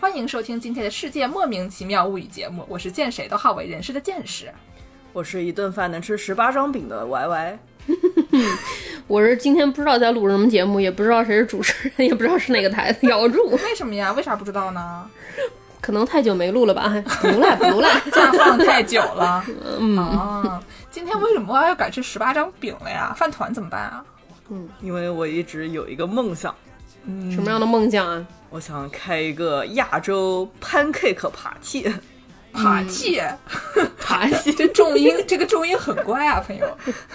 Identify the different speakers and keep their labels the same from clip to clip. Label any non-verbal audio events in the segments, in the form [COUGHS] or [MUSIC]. Speaker 1: 欢迎收听今天的《世界莫名其妙物语》节目，我是见谁都好为人师的见识。
Speaker 2: 我是一顿饭能吃十八张饼的 Y Y。
Speaker 3: 我是今天不知道在录什么节目，也不知道谁是主持人，也不知道是哪个台的，咬住，
Speaker 1: 为什么呀？为啥不知道呢？
Speaker 3: 可能太久没录了吧，哎不赖不赖。
Speaker 1: 假放太久了。嗯、啊，今天为什么要改吃十八张饼了呀？饭团怎么办啊？
Speaker 2: 因为我一直有一个梦想，
Speaker 3: 什么样的梦想啊？
Speaker 2: 我想开一个亚洲 pancake party。
Speaker 1: 爬气，
Speaker 3: 爬起，
Speaker 1: 这重音，这个重音很乖啊，朋友。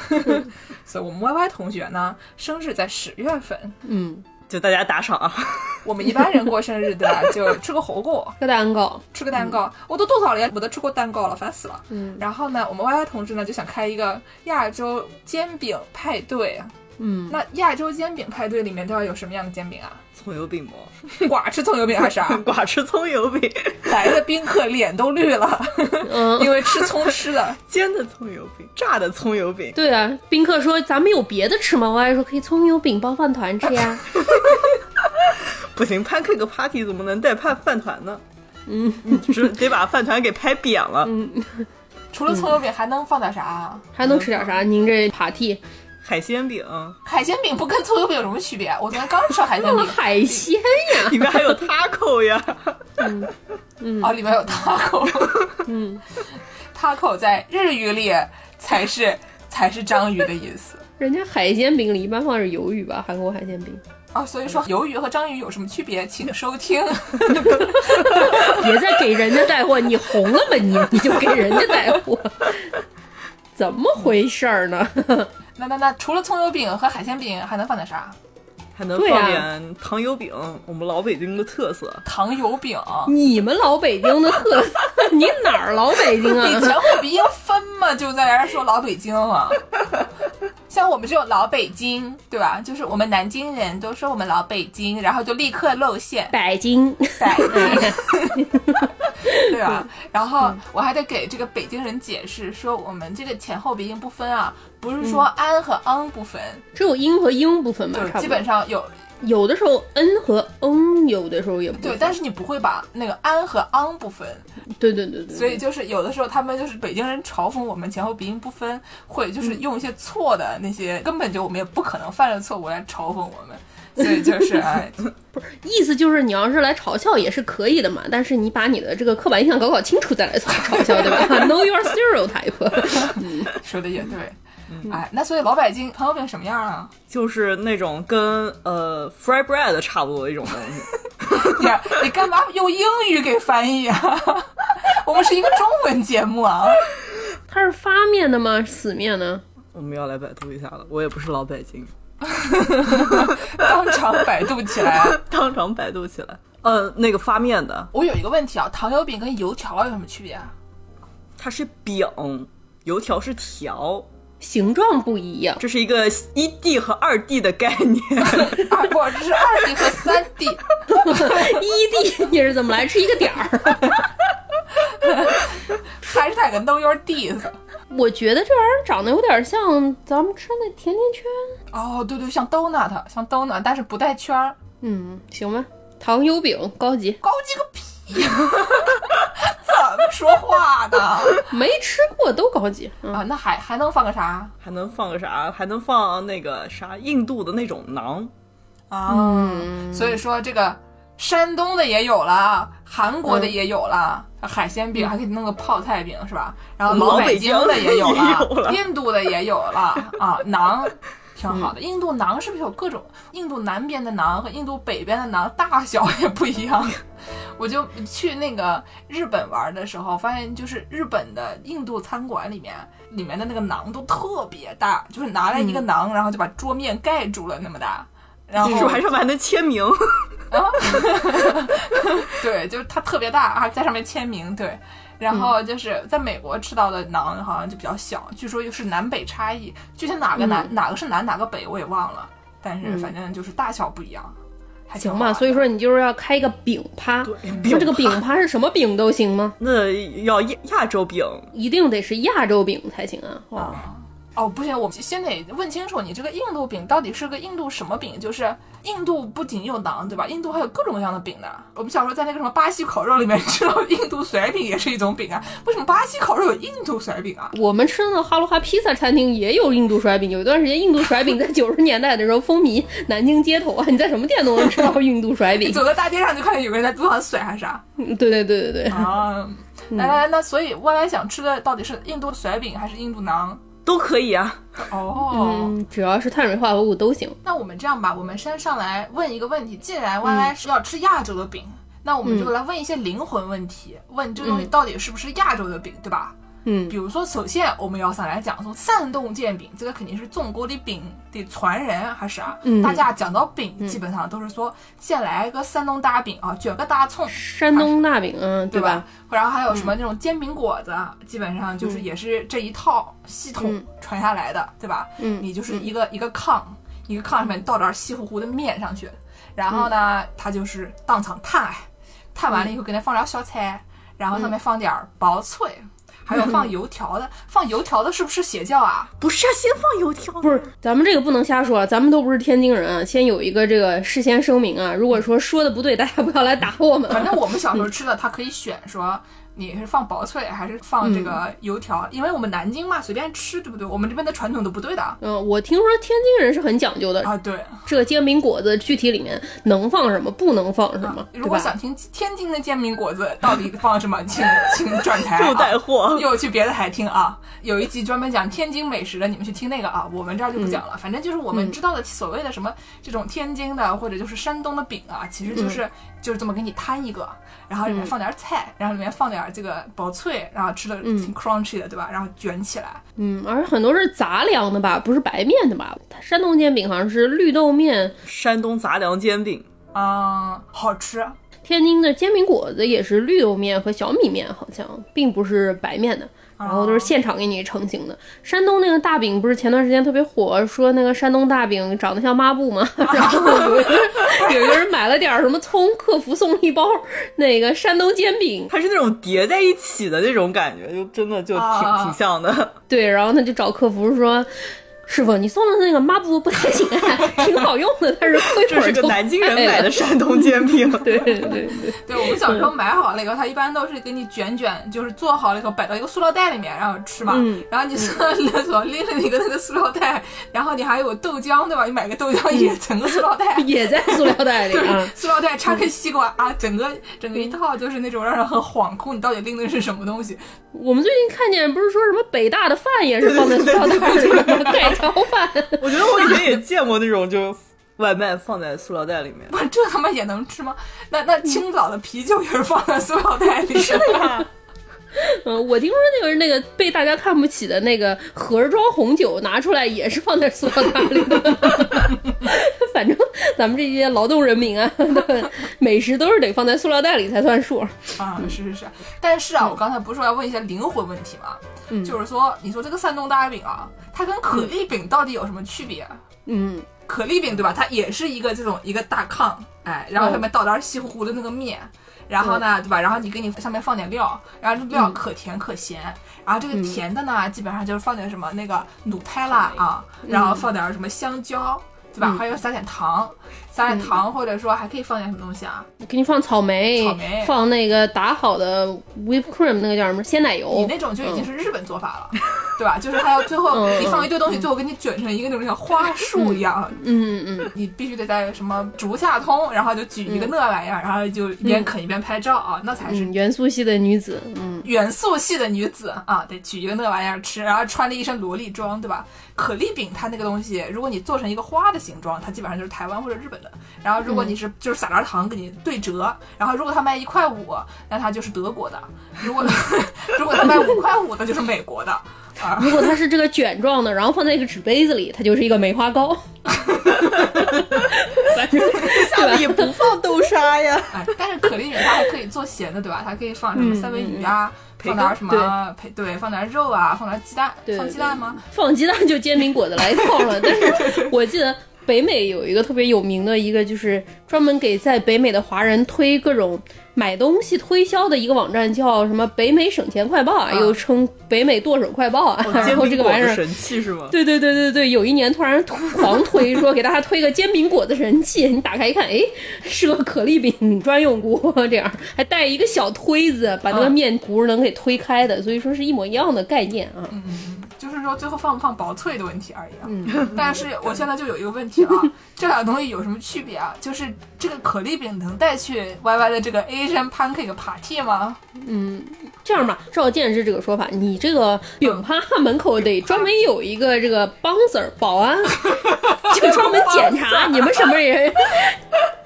Speaker 1: [LAUGHS] 所以，我们 Y Y 同学呢，生日在十月份。
Speaker 3: 嗯，
Speaker 2: 就大家打赏啊！ [LAUGHS]
Speaker 1: 我们一般人过生日，对吧？就吃个火锅，
Speaker 3: 个蛋糕，
Speaker 1: 吃个蛋糕。我都多少年没得吃过蛋糕了，烦死了。嗯。然后呢，我们 Y Y 同志呢，就想开一个亚洲煎饼派对。啊
Speaker 3: 嗯，
Speaker 1: 那亚洲煎饼派对里面都要有什么样的煎饼啊？ [LAUGHS]
Speaker 2: 葱油饼吗？
Speaker 1: 寡吃葱油饼还是啥？
Speaker 2: [LAUGHS]
Speaker 1: [LAUGHS]
Speaker 2: 寡吃葱油饼， [LAUGHS]
Speaker 1: 来的宾客脸都绿了， [LAUGHS]
Speaker 3: 嗯
Speaker 1: 因为吃葱吃的。
Speaker 2: 煎的葱油饼，炸的葱油饼，
Speaker 3: 对啊，宾客说咱们有别的吃吗？我还说可以葱油饼包饭团吃呀。 [LAUGHS]
Speaker 2: 不行，pancake party 怎么能带饭饭团呢？ [LAUGHS] 嗯，只得把饭团给拍扁了，
Speaker 3: 嗯
Speaker 1: 除了葱油饼，还能放点啥啊？
Speaker 3: 还能吃点啥？您这爬梯，
Speaker 2: 海鲜饼，
Speaker 1: [LAUGHS]
Speaker 2: [LAUGHS]
Speaker 1: 海鲜饼不跟葱油饼有什么区别？啊我昨天刚吃海鲜饼 [LAUGHS]
Speaker 3: 海鲜呀，
Speaker 2: 里面还有 taco 呀。
Speaker 1: 哦，里面有 taco，嗯，taco 在日语里才是才是章鱼的意思
Speaker 3: [LAUGHS] 人家海鲜饼里一般放是鱿鱼吧，韩国海鲜饼。
Speaker 1: 哦，所以说鱿鱼和章鱼有什么区别？请收听
Speaker 3: 别再给人家带货，你红了吧你，你就给人家带货， [LAUGHS] 怎么回事儿呢？
Speaker 1: 那那那除了葱油饼和海鲜饼，还能放点啥？
Speaker 2: 还能
Speaker 3: 对
Speaker 2: 放
Speaker 3: 啊
Speaker 2: 点糖油饼，我们老北京的特色。
Speaker 1: 糖油饼。
Speaker 3: 你们老北京的特色，你哪儿老北京
Speaker 1: 你
Speaker 3: 啊？
Speaker 1: 前后鼻音分嘛，就在那儿说老北京啊。 [LAUGHS] 像我们这种老北京，对吧？就是我们南京人都说我们老北京，然后就立刻露馅，
Speaker 3: [LAUGHS] 北京，
Speaker 1: 北京，
Speaker 3: [LAUGHS]
Speaker 1: 对吧？然
Speaker 3: 嗯
Speaker 1: 后我还得给这个北京人解释说，我们这个前后鼻音不分啊，不是说安和昂不分，
Speaker 3: 只有音和音不分吧
Speaker 1: 就，是
Speaker 3: 嗯差
Speaker 1: 基
Speaker 3: 不多
Speaker 1: 本。上有
Speaker 3: 有的时候 n 和 n，有的时候也不
Speaker 1: 对，
Speaker 3: 分
Speaker 1: 但是你不会把那个安和昂不分，
Speaker 3: 对对对对，
Speaker 1: 所以就是有的时候他们就是北京人嘲讽我们前后鼻音不分，会就是用一些错的那些根本就我们也不可能犯的错误来嘲讽我们，所以就是哎，
Speaker 3: 意思就是你要是来嘲笑也是可以的嘛，但是你把你的这个刻板印象搞搞清楚再来嘲笑，对 [LAUGHS] 吧？Know your stereotype。 [LAUGHS] 嗯
Speaker 1: 说的也对，哎，那所以老北京糖油饼什么样啊？ [COUGHS]
Speaker 2: 就是那种跟呃 fry bread 差不多的一种东西。 [LAUGHS]
Speaker 1: 你你干嘛用英语给翻译啊？ [LAUGHS] 我们是一个中文节目啊，
Speaker 3: 它是发面的吗？死面呢？
Speaker 2: 我们要来百度一下了，我也不是老北京，
Speaker 1: 当场百度起来。
Speaker 2: [LAUGHS]
Speaker 1: 啊
Speaker 2: 当场百度起来。呃，那个发面的，
Speaker 1: 我有一个问题啊，糖油饼跟油条有什么区别啊？ [LAUGHS]
Speaker 2: 它是饼，油条是条，
Speaker 3: 形状不一 [LAUGHS] 样。
Speaker 2: 这是一个一 D 和二 D 的概念。 [LAUGHS]
Speaker 1: 啊，不，这是二 D 和三 D。
Speaker 3: 一 D 你是怎么来吃一个点儿？
Speaker 1: 还是那个 Know Your Deeds。
Speaker 3: 我觉得这玩意儿长得有点像咱们吃那甜甜圈。
Speaker 1: 哦，对对，像 donut，像 donut，但是不带圈儿，
Speaker 3: 嗯，行吧，糖油饼高级，
Speaker 1: 高级个屁！ [LAUGHS] 怎么说话呢？
Speaker 3: 没吃过都高级。嗯，
Speaker 1: 啊，那还还能放个啥
Speaker 2: 还能放个啥？还能放那个啥印度的那种馕，
Speaker 1: 啊？
Speaker 2: 嗯
Speaker 1: 所以说这个山东的也有了，韩国
Speaker 2: 嗯
Speaker 1: 的也有了。海鲜饼还可以弄个泡菜饼是吧？然后
Speaker 2: 老
Speaker 1: 北
Speaker 2: 北
Speaker 1: 京
Speaker 2: 京
Speaker 1: 的也有
Speaker 2: 也
Speaker 1: 了，
Speaker 2: 有了
Speaker 1: 印度的也有了啊，馕挺好
Speaker 2: 嗯
Speaker 1: 的。印度馕是不是有各种？印度南边的馕和印度北边的馕大小也不一样。我就去那个日本玩的时候，发现就是日本的印度餐馆里面，里面的那个馕都特别大，就是拿来一个馕，然后就把桌面盖住了那么
Speaker 3: [LAUGHS]
Speaker 1: 大。然后
Speaker 2: 你说还上面还能签名，
Speaker 1: 对，就是它特别大，还在上面签名。对，然后就是在美国吃到的馕好像就比较小，据说又是南北差异，具体
Speaker 3: 嗯
Speaker 1: 哪个南、哪个是南哪个北我也忘了，但是反正就是大小不一样，还挺
Speaker 3: 行
Speaker 1: 好
Speaker 3: 吧，
Speaker 1: 玩
Speaker 3: 所以
Speaker 1: 的
Speaker 3: 说你就是要开一个饼趴。那 [LAUGHS] 这个饼趴是什么饼都行吗？
Speaker 2: 那要亚亚洲饼，
Speaker 3: 一定得是亚洲饼才行啊！哦，
Speaker 1: 哦，不行，我们先得问清楚，你这个印度饼到底是个印度什么饼？就是印度不仅有馕，对吧？印度还有各种各样的饼呢。我们小时候在那个什么巴西烤肉里面 [LAUGHS] 吃到印度甩饼也是一种饼啊。为什么巴西烤肉有印度甩饼啊？
Speaker 3: 我们吃的那哈罗哈披萨餐厅也有印度甩饼，有一段时间印度甩饼在九十年代的时候风靡南京街头啊，你在什么店都能吃到印度甩 [LAUGHS] 饼。
Speaker 1: 走到大街上就看见有个人在路上甩还是啥
Speaker 3: 嗯对对对对对，
Speaker 1: 啊？来来来，那所以 Y Y 想吃的到底是印度甩饼还是印度馕？
Speaker 2: 都可以啊。
Speaker 1: 哦，
Speaker 3: 嗯，只要是碳水化合物都行。
Speaker 1: 那我们这样吧，我们先上来问一个问题：既然 Y Y 是要吃亚洲的饼，那我们就来问一些灵魂问题，问这个东西到底是不是亚洲的饼，对吧？
Speaker 3: 嗯
Speaker 1: 比如说，首先我们要上来讲说山东煎饼，这个肯定是中国的饼的传人还是啥？
Speaker 3: 嗯
Speaker 1: 大家讲到饼，基本上都是说先来个山东大饼啊，卷个大葱，
Speaker 3: 山东大饼，嗯，
Speaker 1: 对
Speaker 3: 吧？？嗯
Speaker 1: 然后还有什么那种煎饼果子，基本上就是也是这一套系统
Speaker 3: 嗯
Speaker 1: 传下来的，对吧？
Speaker 3: 嗯
Speaker 1: 你就是一个一个炕，一个炕上面倒点稀乎乎的面上去，然
Speaker 3: 嗯
Speaker 1: 后呢，它就是当场炭，炭完了以后给它放点小菜，然后上面放点薄脆。还
Speaker 3: 嗯
Speaker 1: 有放油条的，放油条的是不是邪教
Speaker 3: [LAUGHS]
Speaker 1: 啊？
Speaker 2: 不是啊，先放油条。
Speaker 3: 不是，咱们这个不能瞎说啊，咱们都不是天津人啊。先有一个这个事先声明啊，如果说说的不对，大家不要来打我们啊。
Speaker 1: 反正我们小时候吃的，它可以选说你是放薄脆还是放这
Speaker 3: 嗯
Speaker 1: 个油条，因为我们南京嘛，随便吃，对不对？我们这边的传统都不对的啊。
Speaker 3: 嗯，我听说天津人是很讲究的，
Speaker 1: 对，
Speaker 3: 这个煎饼果子具体里面能放什么，不能放什么，
Speaker 1: 啊如
Speaker 3: 对
Speaker 1: 果
Speaker 3: 吧？
Speaker 1: 想听天津的煎饼果子到底放什么，请请转台、
Speaker 2: [LAUGHS]
Speaker 1: 啊。
Speaker 2: 就
Speaker 3: 哎
Speaker 2: 带货
Speaker 1: 又去别的台听啊。有一集专门讲天津美食的，你们去听那个啊，我们这儿就不讲了。反正就是我们知道的所谓的什么这种天津的或者就是山东的饼啊，其实就是、就是这么给你摊一个，然后里面放点菜，然后里面放点这个薄脆，然后吃的挺 crunchy 的，对吧？然后卷起来。
Speaker 3: 嗯，而且很多是杂粮的吧，不是白面的吧？山东煎饼好像是绿豆面，
Speaker 2: 山东杂粮煎饼，
Speaker 1: 嗯，好吃，
Speaker 3: 天津的煎饼果子也是绿豆面和小米面，好像并不是白面的。然
Speaker 2: 哦
Speaker 3: 后都是现场给你成型的。山东那个大饼不是前段时间特别火，说那个山东大饼长得像抹
Speaker 2: [LAUGHS]
Speaker 3: 布吗？然后有一个人有一个人买了点儿什么葱，客服送了一包那个山东煎饼，
Speaker 2: 它是那种叠在一起的那种感觉，就真的就挺、
Speaker 1: 啊
Speaker 2: 挺像 [LAUGHS] 的。
Speaker 3: 对，然后他就找客服说：“师傅，你送的那个抹布不太行啊， [LAUGHS] 挺好用的，但是过一
Speaker 2: 这
Speaker 3: 会儿
Speaker 2: 是
Speaker 3: 就
Speaker 2: 个南京人
Speaker 3: 坏
Speaker 2: 买
Speaker 3: [LAUGHS] 了
Speaker 2: 的山东煎 [LAUGHS] 饼，
Speaker 3: 对对对，
Speaker 1: 对我们小时候买好了以后，它一般都是给你卷卷，就是做好了以后摆到一个塑料袋里面，然后吃嘛。
Speaker 3: 嗯
Speaker 1: 然后 [LAUGHS] 你上厕所拎了一个那个塑料袋，然后你还有豆浆对吧？你买个豆浆也整个塑料
Speaker 3: [LAUGHS]
Speaker 1: 袋。
Speaker 3: 也在塑料袋里
Speaker 1: 对
Speaker 2: [LAUGHS]
Speaker 3: 啊，。
Speaker 1: 塑料袋插根西瓜啊，整个整个一套就是那种让人很恍惚，你到底拎的是什么东西？
Speaker 3: 我们最近看见不是说什么北大的饭也是放在塑料袋里的盖浇饭， [LAUGHS]
Speaker 2: 我觉得我以前也见过那种就外卖放在塑料袋里 [LAUGHS] 面。
Speaker 1: 不是，这他妈也能吃吗？那那青岛的啤酒也是放在塑料袋里，是的呀。
Speaker 3: 嗯，我听说那个那个被大家看不起的那个盒装红酒拿出来也是放在塑料袋里的。 [LAUGHS] 反正咱们这些劳动人民啊，美食都是得放在塑料袋里才算数。
Speaker 1: 啊，是是是，但是啊，我刚才不是说要问一些灵魂问题吗？
Speaker 3: 嗯
Speaker 1: 就是说，你说这个山东大饼啊，它跟可丽饼到底有什么区别？
Speaker 3: 嗯，
Speaker 1: 可丽饼对吧？它也是一个这种一个大炕，哎，然后上面倒点稀乎乎的那个面，然后呢，对吧？然后你给你上面放点料，然后这料可甜可咸，然后这个甜的呢，基本上就是放点什么那个努泰拉啊，然后放点什么香蕉。对吧？还有撒点糖，撒点糖，或者说还可以放点什么东西啊？
Speaker 3: 给你放草莓，
Speaker 1: 草莓
Speaker 3: 放那个打好的 whipped cream，那个叫什么鲜奶
Speaker 1: 你
Speaker 3: 油。
Speaker 1: 那种就已经是日本做法了，对吧？就是还要最后
Speaker 3: 嗯
Speaker 1: 你放一堆东西，最后给你卷成一个那种像花束一样，
Speaker 3: 嗯嗯嗯，
Speaker 1: 你必须得在什么竹下通，然后就举一个那玩意儿，然后就一边啃一边拍照啊，那才是
Speaker 3: 嗯，元素系的女子，嗯，
Speaker 1: 元素系的女子啊，得举一个那玩意儿吃，然后穿了一身萝莉装，对吧？可丽饼它那个东西，如果你做成一个花的形状，它基本上就是台湾或者日本的。然后如
Speaker 3: 嗯
Speaker 1: 果你是就是撒点儿糖给你对折，然后如果它卖一块五，那它就是德国的；如果 [LAUGHS] 如果它卖五块五，那就是美国的啊。
Speaker 3: 如果它是这个卷状的，然后放在一个纸杯子里，它就是一个梅花糕。反正
Speaker 2: 下面也不放豆沙 [LAUGHS] 呀，
Speaker 1: 哎，但是可丽饼它还可以做咸的，对吧？它可以放什么三文鱼啊，放点儿什么培对，放点儿肉啊，放点儿鸡蛋，
Speaker 3: 对
Speaker 1: 放鸡蛋吗？
Speaker 3: 放鸡蛋就煎饼果子来一套了。但是我记得北美有一个特别有名的一个，就是专门给在北美的华人推各种买东西推销的一个网站，叫什么“北美省钱快报”，啊、又称“北美剁手快报”啊。
Speaker 2: 哦哎
Speaker 3: 然后这个玩意儿，
Speaker 2: 神器是吗？
Speaker 3: 对对对对对，有一年突然狂推说给大家推个煎饼果子神器，你打开一看，哎，是个可丽饼专用锅，这样还带一个小推子，把那个面糊能给推开的，所以说是一模一样的概念啊。
Speaker 1: 嗯就是说，最后放不放薄脆的问题而已、啊。嗯，但是我现在就有一个问题了、啊，这俩东西有什么区别啊？就是这个可丽饼能带去 Y Y 的这个 Asian Pancake Party 吗？ [LAUGHS]
Speaker 3: 嗯，这样吧，照见是这个说法，你这个饼趴门口得专门有一个这个 bouncer
Speaker 1: [LAUGHS]
Speaker 3: 保安，就专门检查你们什么人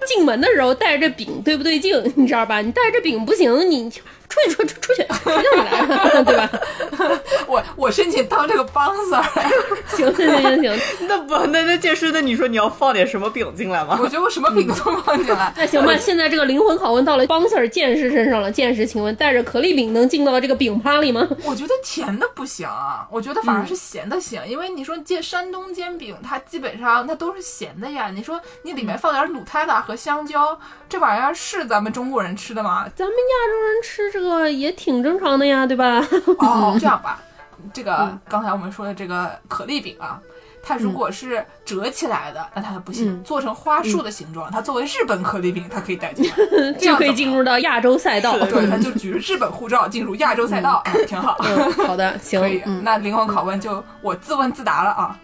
Speaker 3: 进门的时候带着这饼对不对劲，你知道吧？你带着这饼不行，你。出去出出出去，谁叫你来的，对吧？ [LAUGHS]
Speaker 1: 我我申请当这个帮 Sir。
Speaker 3: 行行行行，
Speaker 2: [LAUGHS] 那不那那健身，那你说你要放点什么饼进来吗？
Speaker 1: 我觉得我什么饼都放进来。
Speaker 3: 那行吧，现在这个灵魂拷问到了帮 Sir 健士身上了。健士，请问带着可丽饼能进到这个饼趴里吗？
Speaker 1: 我觉得甜的不行啊，我觉得反而是咸的行，嗯、因为你说这山东煎饼，它基本上它都是咸的呀。你说你里面放点卤太辣和香蕉，这玩意儿是咱们中国人吃的吗？
Speaker 3: [LAUGHS] 咱们亚洲人吃。这个也挺正常的呀，对吧？
Speaker 1: 哦，这样吧，这个刚才我们说的这个可丽饼啊，它如果是折起来的，那它不
Speaker 3: 嗯
Speaker 1: 行；做成花束的形状，它作为日本可丽饼，它可以带进
Speaker 3: [LAUGHS]
Speaker 1: 来，
Speaker 3: 就可以进入到亚洲赛道。
Speaker 1: 啊对，它就举着日本护照进入亚洲赛道，
Speaker 3: 嗯
Speaker 1: 啊挺好。[LAUGHS]
Speaker 3: 好的，行，嗯
Speaker 1: 可以。那灵魂拷问就我自问自答了啊。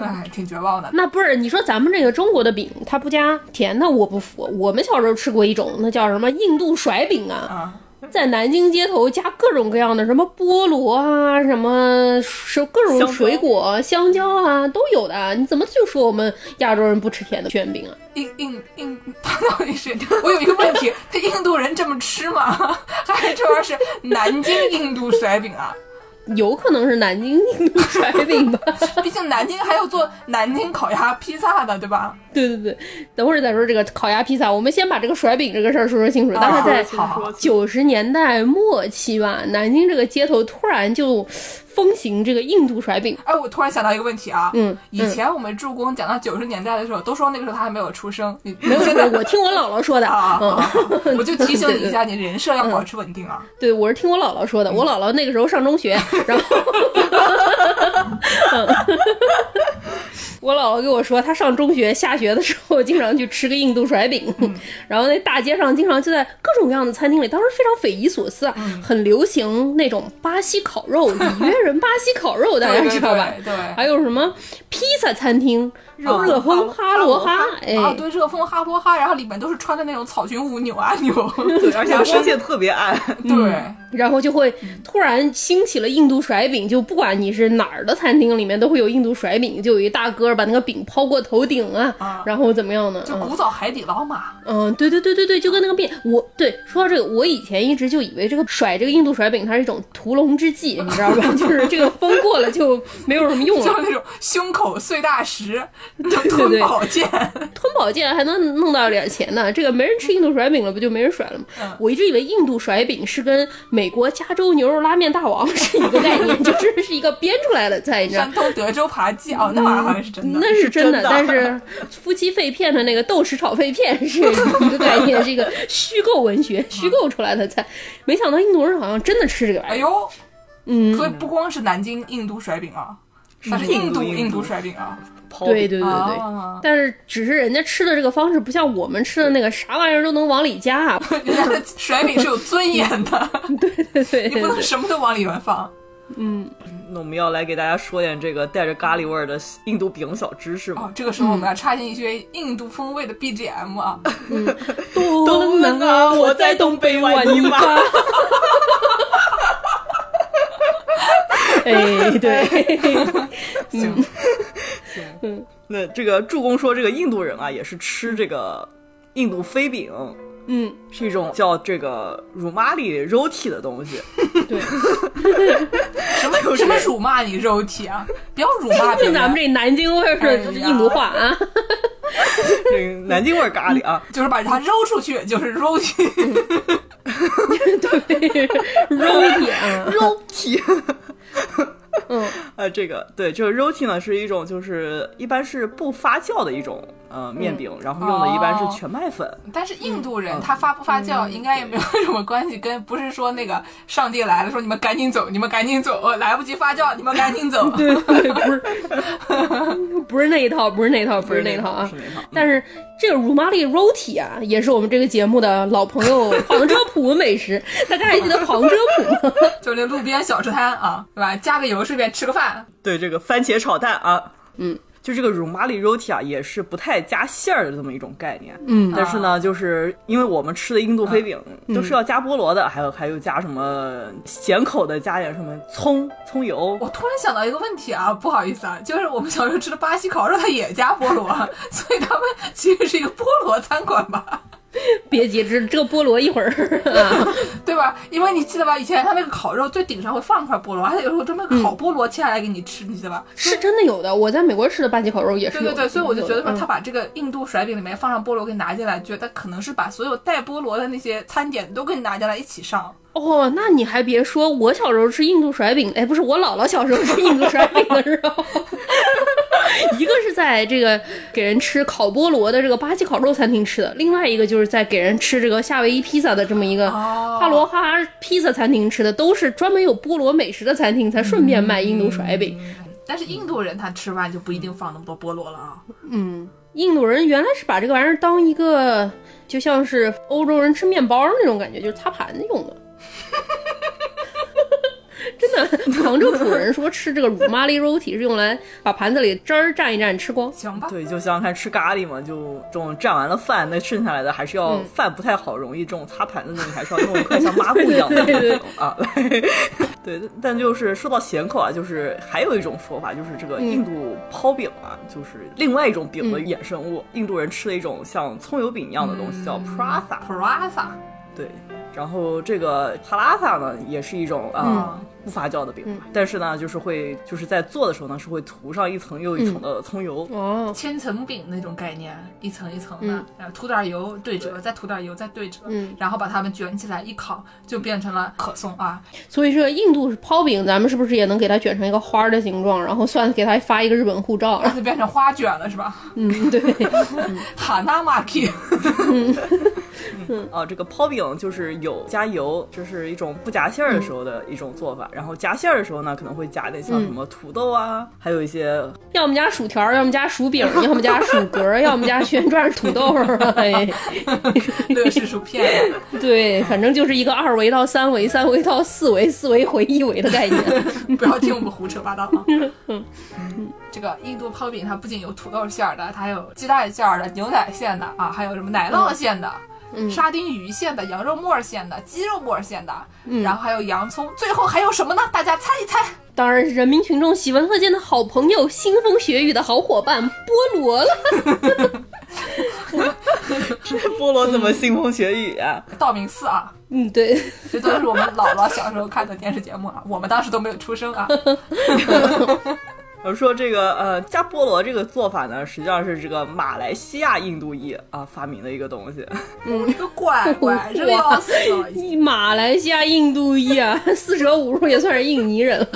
Speaker 1: 哎，挺绝望的。
Speaker 3: 那不是你说咱们这个中国的饼，它不加甜的，我不服。我们小时候吃过一种，那叫什么印度甩饼啊？在南京街头加各种各样的什么菠萝啊，什么是各种水果、香蕉,香蕉啊都有的。你怎么就说我们亚洲人不吃甜的卷饼啊？
Speaker 1: 印印印， [LAUGHS] 他到底是？我有一个问题，他印度人这么吃吗？ [LAUGHS] 还是这玩意儿是南京印度甩饼啊？
Speaker 3: 有可能是南京
Speaker 1: [LAUGHS]
Speaker 3: 印度甩饼吧，
Speaker 1: 毕竟南京还有做南京烤鸭披萨的，对吧？
Speaker 3: 对对对，等会儿再说这个烤鸭披萨，我们先把这个甩饼这个事儿说说清楚。大
Speaker 2: [LAUGHS]
Speaker 3: 概
Speaker 1: 啊
Speaker 3: 在九十年代末期吧，南京这个街头突然就。风行这个印度甩
Speaker 1: [LAUGHS]
Speaker 3: 饼，
Speaker 1: 哎，我突然想到一个问题
Speaker 3: 啊，嗯，
Speaker 1: 以前我们助攻讲到九十年代的时候，都说那个时候他还没有出生，你
Speaker 3: 没有？我听我姥姥说的嗯
Speaker 1: 啊，我就提醒你一下，你人设要保持稳定啊。
Speaker 3: 对，我是听我姥姥说的，
Speaker 1: 嗯
Speaker 3: 我姥姥那个时候上
Speaker 1: [LAUGHS]
Speaker 3: 中学，然后， [LAUGHS] 嗯我姥姥跟我说，她上中学下学的时候，经常去吃个印度甩饼，
Speaker 1: 嗯
Speaker 3: [LAUGHS] 然后那大街上经常就在各种各样的餐厅里，当时非常匪夷所思啊，
Speaker 1: 嗯
Speaker 3: 很流行那种巴西烤
Speaker 1: [LAUGHS]
Speaker 3: 肉，里约。人巴西烤肉，大家知道吧？
Speaker 1: 对,对,对，
Speaker 3: 还有什么披萨餐厅，热风哦哈罗哈，哎，
Speaker 1: 啊，对，热风哈罗哈，然后里面都是穿的那种草裙舞扭啊 [LAUGHS] 扭，
Speaker 2: 对，而且光线特别暗， [LAUGHS]
Speaker 1: 对、嗯，
Speaker 3: 然后就会突然兴起了印度甩饼，就不管你是哪儿的餐厅里面都会有印度甩饼，就有一大哥把那个饼抛过头顶啊，啊然后怎么样呢？
Speaker 1: 就古早海底捞嘛，
Speaker 3: 嗯，对对对对对，就跟那个面，我对说到这个，我以前一直就以为这个甩这个印度甩饼它是一种屠龙之计，你知道吧？ [LAUGHS] 就是。是这个风过了就没有什么用
Speaker 1: [LAUGHS]
Speaker 3: 了，
Speaker 1: 就是那种胸口碎大石，就吞宝剑，
Speaker 3: 吞宝剑还能弄到点钱呢。这个没人吃印度甩饼了，不就没人甩了吗？嗯、我一直以为印度甩饼是跟美国加州牛肉拉面大王是一个概念，就是是一个编出来的菜，你知道？
Speaker 1: 山东德州扒鸡哦，那玩意儿好像是真的，
Speaker 3: 嗯那是
Speaker 1: 真
Speaker 3: 的。但是夫妻肺片的那个豆豉炒肺片是一个概念，是一个虚构文学嗯虚构出来的菜。没想到印度人好像真的吃这个玩意儿。哎
Speaker 1: 呦！
Speaker 3: 嗯，
Speaker 1: 所以不光是南京印度甩饼啊，它是印度印度甩饼啊。
Speaker 2: 哦
Speaker 3: 对对对对，
Speaker 1: 哦
Speaker 3: [LAUGHS] 啊、但是只是人家吃的这个方式不像我们吃的那个啥玩意儿都能往里加、啊，
Speaker 1: 人家的甩饼是有尊严的。
Speaker 3: 对,对,对,对对对，
Speaker 1: 你不能什么都往里面放。
Speaker 3: 嗯，
Speaker 2: 那我们要来给大家说点这个带着咖喱味儿的印度饼小知识嘛。
Speaker 1: 哦，这个时候我们要插进一些印度风味的 BGM 啊。
Speaker 3: 嗯，
Speaker 2: [LAUGHS]
Speaker 3: 东
Speaker 2: 南啊，我在东北玩泥巴。
Speaker 3: 哎，对，
Speaker 1: 行行，
Speaker 3: 嗯，
Speaker 2: 那这个助攻说，这个印度人啊，也是吃这个印度飞饼，
Speaker 3: 嗯，
Speaker 2: 是一种叫这个乳麻里肉体的东西。
Speaker 3: [LAUGHS] 对，
Speaker 1: 什
Speaker 2: [LAUGHS]
Speaker 1: 么什么辱骂你肉体啊？ [LAUGHS] 不要辱骂
Speaker 3: 听咱们这南京味儿的印度话啊。
Speaker 2: 这个南京味咖喱啊，
Speaker 1: 就是把它揉出去，就是揉去。
Speaker 3: 对，揉体啊，
Speaker 2: 揉体。
Speaker 3: 嗯，
Speaker 2: [LAUGHS] 呃，这个对，这个 roti 呢是一种就是一般是不发酵的一种呃面
Speaker 3: 嗯
Speaker 2: 饼，然后用的一般
Speaker 3: 哦
Speaker 2: 是全麦粉。
Speaker 1: 但是印度人他发不发酵应该也没有什么关系，跟不是说那个上帝来了说你们赶紧走， [LAUGHS] 你们赶紧走，来不及发酵，你们赶紧走。
Speaker 3: 对对，不是不是那一套，不是那一套，不是那一套啊
Speaker 2: 不。是那套。
Speaker 3: 但是这个乳麻利 roti 啊，也是我们这个节目的老朋友旁遮普美食。 [LAUGHS] 大家还记得旁遮普吗？ [LAUGHS]
Speaker 1: 就那路边小吃摊啊，对吧？加个油，顺便吃个饭。
Speaker 2: 对这个番茄炒蛋啊，嗯，就这个乳麻里 roti 啊，也是不太加馅儿的这么一种概念。
Speaker 3: 嗯
Speaker 2: 但是呢，就是因为我们吃的印度飞饼都是要加菠萝的，还有还有加什么咸口的，加点什么葱、葱油。
Speaker 1: 我突然想到一个问题啊，不好意思啊，就是我们小时候吃的巴西烤肉，它也加菠萝， [LAUGHS] 所以他们其实是一个菠萝餐馆吧，
Speaker 3: 别急，这这个菠萝一会儿啊，
Speaker 1: 对吧？因为你记得吧，以前他那个烤肉最顶上会放一块菠萝，还有时候专门烤菠萝切下来给你吃，你记得吧？
Speaker 3: 是真的有的。我在美国吃的巴西烤肉也是
Speaker 1: 对
Speaker 3: 有的。
Speaker 1: 对对，所以我就觉得说，
Speaker 3: 嗯
Speaker 1: 他把这个印度甩饼里面放上菠萝给拿进来，觉得可能是把所有带菠萝的那些餐点都给你拿进来一起上。
Speaker 3: 哦，那你还别说，我小时候吃印度甩饼，哎，不是我姥姥小时候吃印度甩饼的时候， [LAUGHS] 一个是在这个给人吃烤菠萝的这个巴西烤肉餐厅吃的，另外一个就是在给人吃这个夏威夷披萨的这么一个
Speaker 1: 哦
Speaker 3: 哈罗哈披萨餐厅吃的，都是专门有菠萝美食的餐厅才顺便卖印度甩饼。
Speaker 1: 但是印度人他吃饭就不一定放那么多菠萝了啊。
Speaker 3: 印度人原来是把这个玩意儿当一个，就像是欧洲人吃面包那种感觉，就是擦盘子用的。 [LAUGHS] 真的，杭州土人说吃这个乳麻利 roti 是用来把盘子里汁儿蘸一蘸吃光。
Speaker 1: 行吧，
Speaker 2: 对，就想想看，吃咖喱嘛，就这种蘸完了饭，那剩下来的还是
Speaker 3: 嗯
Speaker 2: 要、饭不太好，容易这种擦盘子的东西还是要弄一块像抹布一样的
Speaker 3: 对对对
Speaker 2: 啊。 [LAUGHS] 对，但就是说到咸口啊，就是还有一种说法，就是这个
Speaker 3: 嗯
Speaker 2: 印度泡饼啊，就是另外一种饼的衍生物，印度人吃的一种像葱油饼一样的东西，
Speaker 3: 嗯
Speaker 2: 叫 pratha。
Speaker 1: p r a s a
Speaker 2: 对。然后这个 p a l a t a 呢，也是一种啊、
Speaker 3: 嗯
Speaker 2: 不发酵的饼，但是呢，就是会就是在做的时候呢，是会涂上一层又一
Speaker 3: 嗯
Speaker 2: 层的葱油，
Speaker 3: 哦，
Speaker 1: 千层饼那种概念，一层一层的，
Speaker 3: 嗯
Speaker 1: 然后涂点油对折，再涂点油再对折，
Speaker 3: 嗯
Speaker 1: 然后把它们卷起来一烤，就变成了可颂啊。
Speaker 3: 所以这个印度是泡饼，咱们是不是也能给它卷成一个花儿的形状，然后算给它发一个日本护照？
Speaker 1: 就变成花卷了是吧？ [LAUGHS]
Speaker 3: 嗯，对， [LAUGHS]
Speaker 1: 哈纳马 k
Speaker 2: 啊，这个泡饼就是有加油，这是一种不夹馅儿的时候的一种做法。然后夹馅儿的时候呢，可能会夹点像什么土豆啊，还有一些 [LAUGHS]
Speaker 3: 要么加薯条，要么加薯饼，要么加薯格，要么加旋转土豆。哎
Speaker 1: [LAUGHS] 乐事薯片，
Speaker 3: [LAUGHS] 对，反正就是一个二维到三维，三维到四维，四维回一维的概念。 [LAUGHS]
Speaker 1: 不要听我们胡扯八道啊。这个印度泡饼它不仅有土豆馅儿的，它还有鸡蛋馅儿的、牛奶馅的啊，还有什么奶酪馅的。沙丁鱼馅的、羊肉末馅的、鸡肉末馅的，然后还有洋葱，最后还有什么呢？大家猜一猜。 [LAUGHS]
Speaker 3: 当然是人民群众喜闻乐见的好朋友，腥风血雨的好伙伴菠萝了。
Speaker 2: 菠萝怎么腥风血雨啊？
Speaker 1: 道明寺啊，
Speaker 3: [LAUGHS] 嗯，对，
Speaker 1: 这都是我们姥姥小时候看的电视节目啊，我们当时都没有出生啊。
Speaker 2: 我说这个呃，加菠萝这个做法呢，实际上是这个马来西亚印度裔啊发明的一个东西。 [LAUGHS]
Speaker 1: 我嗯这个乖乖，热要死了，已经
Speaker 3: 马来西亚、印度裔啊，四舍五入也算是印尼人 [LAUGHS] 了。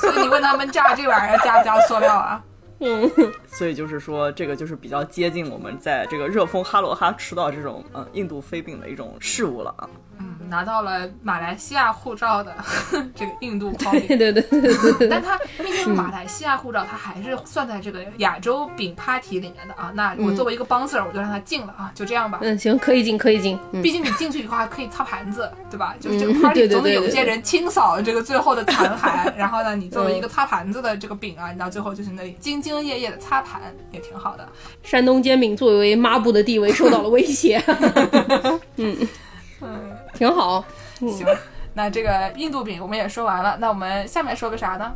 Speaker 1: 所以你问他们炸这玩意儿加不加塑料啊？
Speaker 3: 嗯，
Speaker 2: 所以就是说，这个就是比较接近我们在这个热风哈罗哈吃到这种呃印度飞饼的一种事物了啊。
Speaker 1: 嗯，拿到了马来西亚护照的 [LAUGHS] 这个印度泡
Speaker 3: 对
Speaker 1: 饼，
Speaker 3: 对对对对对
Speaker 1: 但。他毕竟马来西亚护照，他还是算在这个亚洲饼 party 里面的啊。那我作为一个 bouncer，我就让他进了啊，就这样吧。
Speaker 3: [LAUGHS] 嗯，行，可以进，可以进。嗯，
Speaker 1: 毕竟你进去以后还可以擦盘子，对吧？就是这
Speaker 3: 嗯
Speaker 1: 个 party
Speaker 3: 对对
Speaker 1: 总得
Speaker 3: 对
Speaker 1: 有
Speaker 3: 对
Speaker 1: 些
Speaker 3: 对
Speaker 1: 人清扫这个最后的残
Speaker 3: [LAUGHS]
Speaker 1: 骸，然后呢，你作为一个擦盘子的这个饼啊，你到最后就是那里兢兢业业的擦盘，也挺好的。
Speaker 3: 山东煎饼作为抹布的地位受到了威 [LAUGHS] 胁。嗯，挺好。
Speaker 1: 行，那这个印度饼我们也说完了，那我们下面说个啥呢？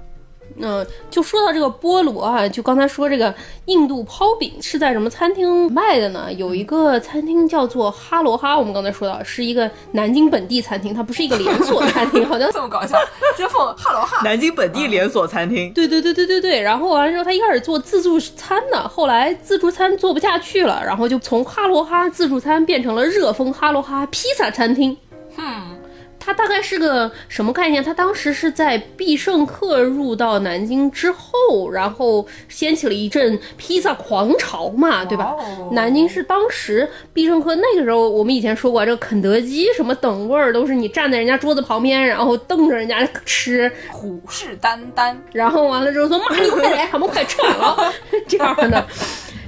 Speaker 3: 嗯，就说到这个菠萝啊，就刚才说这个印度泡饼是在什么餐厅卖的呢？有一个餐厅叫做哈罗哈，我们刚才说到是一个南京本地餐厅，它不是一个连锁餐厅，好像。
Speaker 1: 这么搞笑，这 [LAUGHS] 奉哈喽哈。
Speaker 2: 南京本地连锁餐厅，
Speaker 3: 对对对对对对，然后完了之后，他一开始做自助餐的，后来自助餐做不下去了，然后就从哈罗哈自助餐变成了热风哈罗哈披萨餐厅。
Speaker 1: 嗯，
Speaker 3: 它大概是个什么概念？它当时是在必胜客入到南京之后，然后掀起了一阵披萨狂潮嘛，对吧
Speaker 1: 哇哦？
Speaker 3: 南京是当时必胜客那个时候，我们以前说过，这个肯德基什么等位儿都是你站在人家桌子旁边，然后瞪着人家吃，
Speaker 1: 虎视眈眈，
Speaker 3: 然后完了之后说妈，你快来，他们快撤
Speaker 1: [LAUGHS]
Speaker 3: 了，这样的。